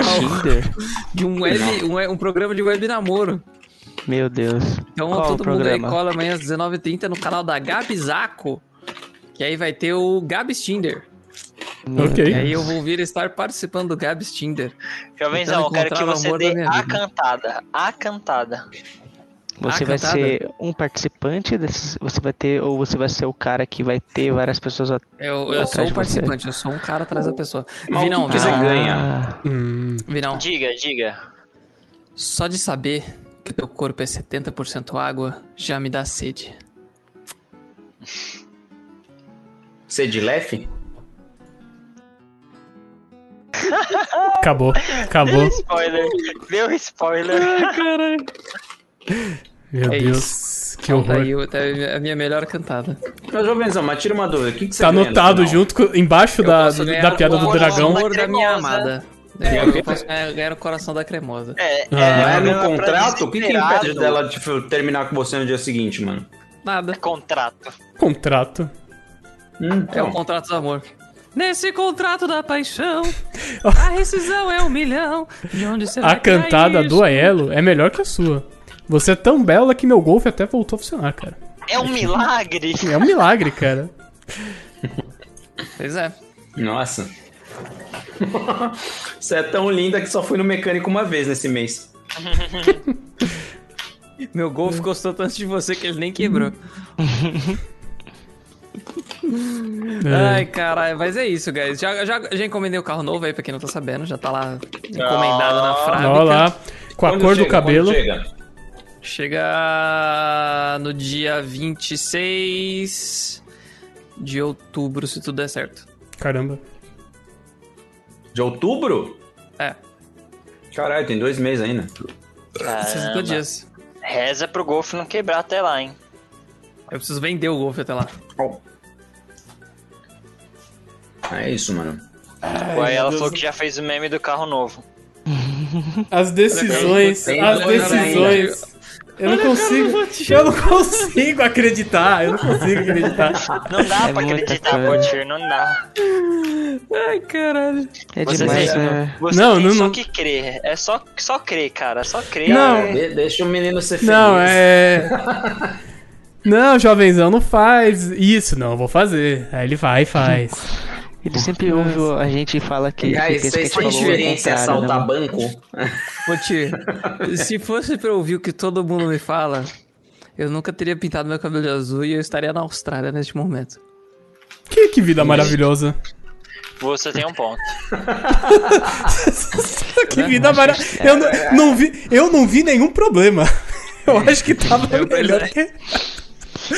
De um, web, um, we- um programa de web namoro. Meu Deus. Então Qual o todo mundo aí programa? cola amanhã às 19h30 no canal da Gabi Zaco. Que aí vai ter o Gabs Tinder. Meu Ok. E Deus. aí eu vou vir estar participando do Gabs Tinder. Jovenzão, eu Tentando quero que encontrar o você amor da dê minha a vida. cantada. A cantada. Você Ah, vai cantada? ser um participante desses. Você vai ter. Ou você vai ser o cara que vai ter várias pessoas at- Eu, eu Atrás sou de o você. participante, eu sou um cara atrás da pessoa. Mas o Vinão, que que você Vinão, Ah. ganha? Hum, Vinão, Diga, diga. só de saber que teu corpo é 70% água já me dá sede. é Sedilef? acabou. Acabou. Spoiler. Deu Ah. spoiler. Meu É Deus. Que Tá horror. aí o- tá aí a minha melhor cantada. Mas, Jovenzão, mas tira uma dúvida. O que, que você Tá ganha no anotado final? junto, com- embaixo Eu da, posso ganhar da piada do o dragão. amor da minha amada. É. Eu posso ganhar, ganhar o coração da cremosa. É, Ah. Não é uma no pra contrato? O que, que impede desesperado. dela tipo, terminar com você no dia seguinte, mano? Nada. Contrato. Contrato. É o Então, contrato do amor. Nesse contrato da *laughs* paixão, a rescisão é um milhão. De onde será A que é cantada isso? do Aelo é melhor que a sua. Você é tão bela que meu golfe até voltou a funcionar, cara. É um milagre. É um milagre, cara. Pois é. nossa. *laughs* você é tão linda que só fui no mecânico uma vez nesse mês. Meu golfe gostou tanto de você que ele nem quebrou. É. Ai, caralho, mas é isso, guys. Já, já, já encomendei o carro novo aí, pra quem não tá sabendo, já tá lá encomendado na frábrica. Ah, Olha lá. Com a Quando cor chega? do cabelo. Quando chega? Chega no dia 26 de outubro, se tudo der certo. Caramba. De outubro? É, Caralho, tem dois meses ainda. 60 dias. *laughs* Reza pro golfe não quebrar até lá, hein? Eu preciso vender o golfe até lá. Ah, É isso, mano. Aí ela falou que já fez o meme do carro novo. As decisões, Tem as dois decisões. Eu não consigo. Eu não consigo acreditar. Eu não consigo acreditar. Não dá É pra muita acreditar, coisa. Potir, não dá. Ai, caralho. É Você demais, tem- né? Você Não, tem não- só não. que crer. É só, só crer, cara. Só crer. Não. É. De- deixa o menino ser feliz. Não, é. Não, jovenzão, não faz isso, não, eu vou fazer. Aí ele vai e faz. Ele sempre ouve o- a gente e fala que. Guys, que- que a vocês gente têm falou o experiência em contrário, né, assaltar mano? banco? Poti, se fosse pra ouvir o que todo mundo me fala, eu nunca teria pintado meu cabelo de azul e eu estaria na Austrália neste momento. Que, que vida maravilhosa. Você tem um ponto. que vida maravilhosa. Eu não, não vi, eu não vi nenhum problema. *laughs* Eu acho que tava melhor que.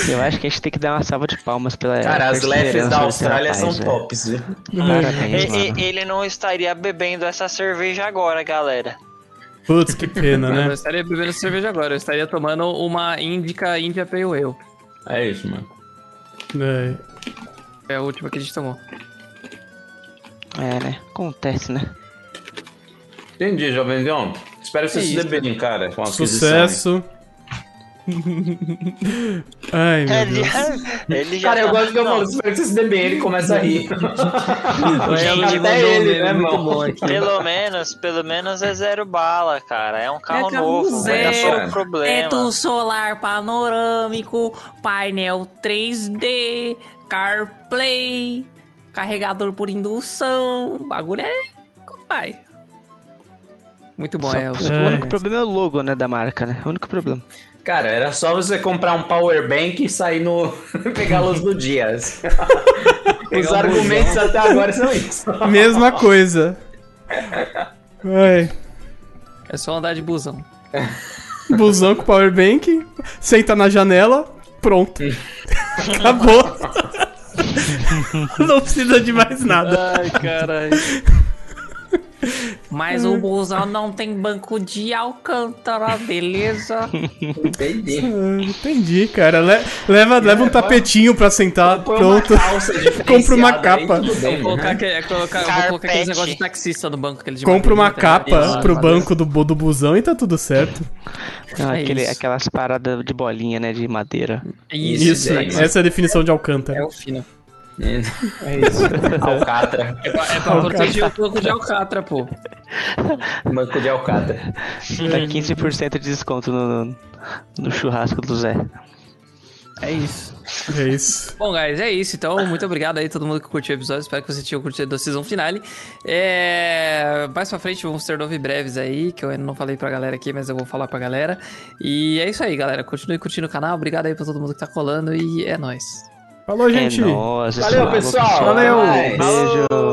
Eu acho que a gente tem que dar uma salva de palmas pela. Cara, as lefes perseverança da desse Austrália rapaz, é. são velho. tops, viu? Parabéns, *laughs* E- e- mano. ele não estaria bebendo essa cerveja agora, galera. Putz, que pena, Eu não *laughs* né? estaria bebendo cerveja agora, eu estaria tomando uma Índica Índia Pale Ale. É isso, mano. É. É a última que a gente tomou. É, né? Acontece, né? Entendi, jovem John. Espero que você É se isso, dê bem, cara. Com a aquisição, hein? Sucesso. *laughs* Ai, meu Ele, Deus. *laughs* ele já Cara, eu tá- gosto de eu não, falo, espero que você se dê bem. Ele começa a rir. Ela me Até mandou um ele, meme é né, muito irmão? bom *laughs* aqui. Pelo menos, pelo menos é zero bala, cara. É um carro carro novo, zero, zero, é um problema. Teto solar panorâmico, painel 3D, CarPlay, carregador por indução. O bagulho é. Pai. Muito bom, Só- é. o- só- O É. único problema é o logo, né, da marca, né? O único problema. Cara, era só você comprar um power bank e sair no. *laughs* pegar a luz do Dias. Os argumentos até agora são isso. Mesma coisa. Ai. É só andar de busão. Busão com powerbank, senta na janela, pronto. Acabou. Não precisa de mais nada. Ai, caralho. Mas Hum. o busão não tem banco de alcântara, beleza? Entendi. Ah, Entendi, cara. Le- leva, leva um tapetinho pra sentar, Ah, Põe É, uma pronto. calça diferenciada *laughs* Compra uma aí, capa. tudo bem, *laughs* Vou colocar, né? aquele, é colocar, vou colocar aqueles Carpete. negócios de taxista no banco. Aquele de Compra uma madeira, tá ligado? capa Isso, pro madeira. banco do, bu- do busão e tá tudo certo. Não, É Então, aquele- isso. aquelas paradas de bolinha, né? De madeira. Isso, Isso, daí, mano. essa é a definição de Alcântara. é o fino. É isso. Alcatra. É pra, é pra proteger o banco de Alcatra, pô. Banco de Alcatra. Dá 15% de desconto no, no- no churrasco do Zé. É isso. É isso. Bom, guys, é isso. Então, muito obrigado aí todo mundo que curtiu o episódio. Espero que você tenha curtido a season finale. É... Mais pra frente vamos ter nove breves aí, que eu ainda não falei pra galera aqui, mas eu vou falar pra galera. E é isso aí, galera. Continue curtindo o canal. Obrigado aí pra todo mundo que tá colando e é nóis. Falou, gente. É nóis. Valeu, pessoal. Valeu. Até mais. Beijo.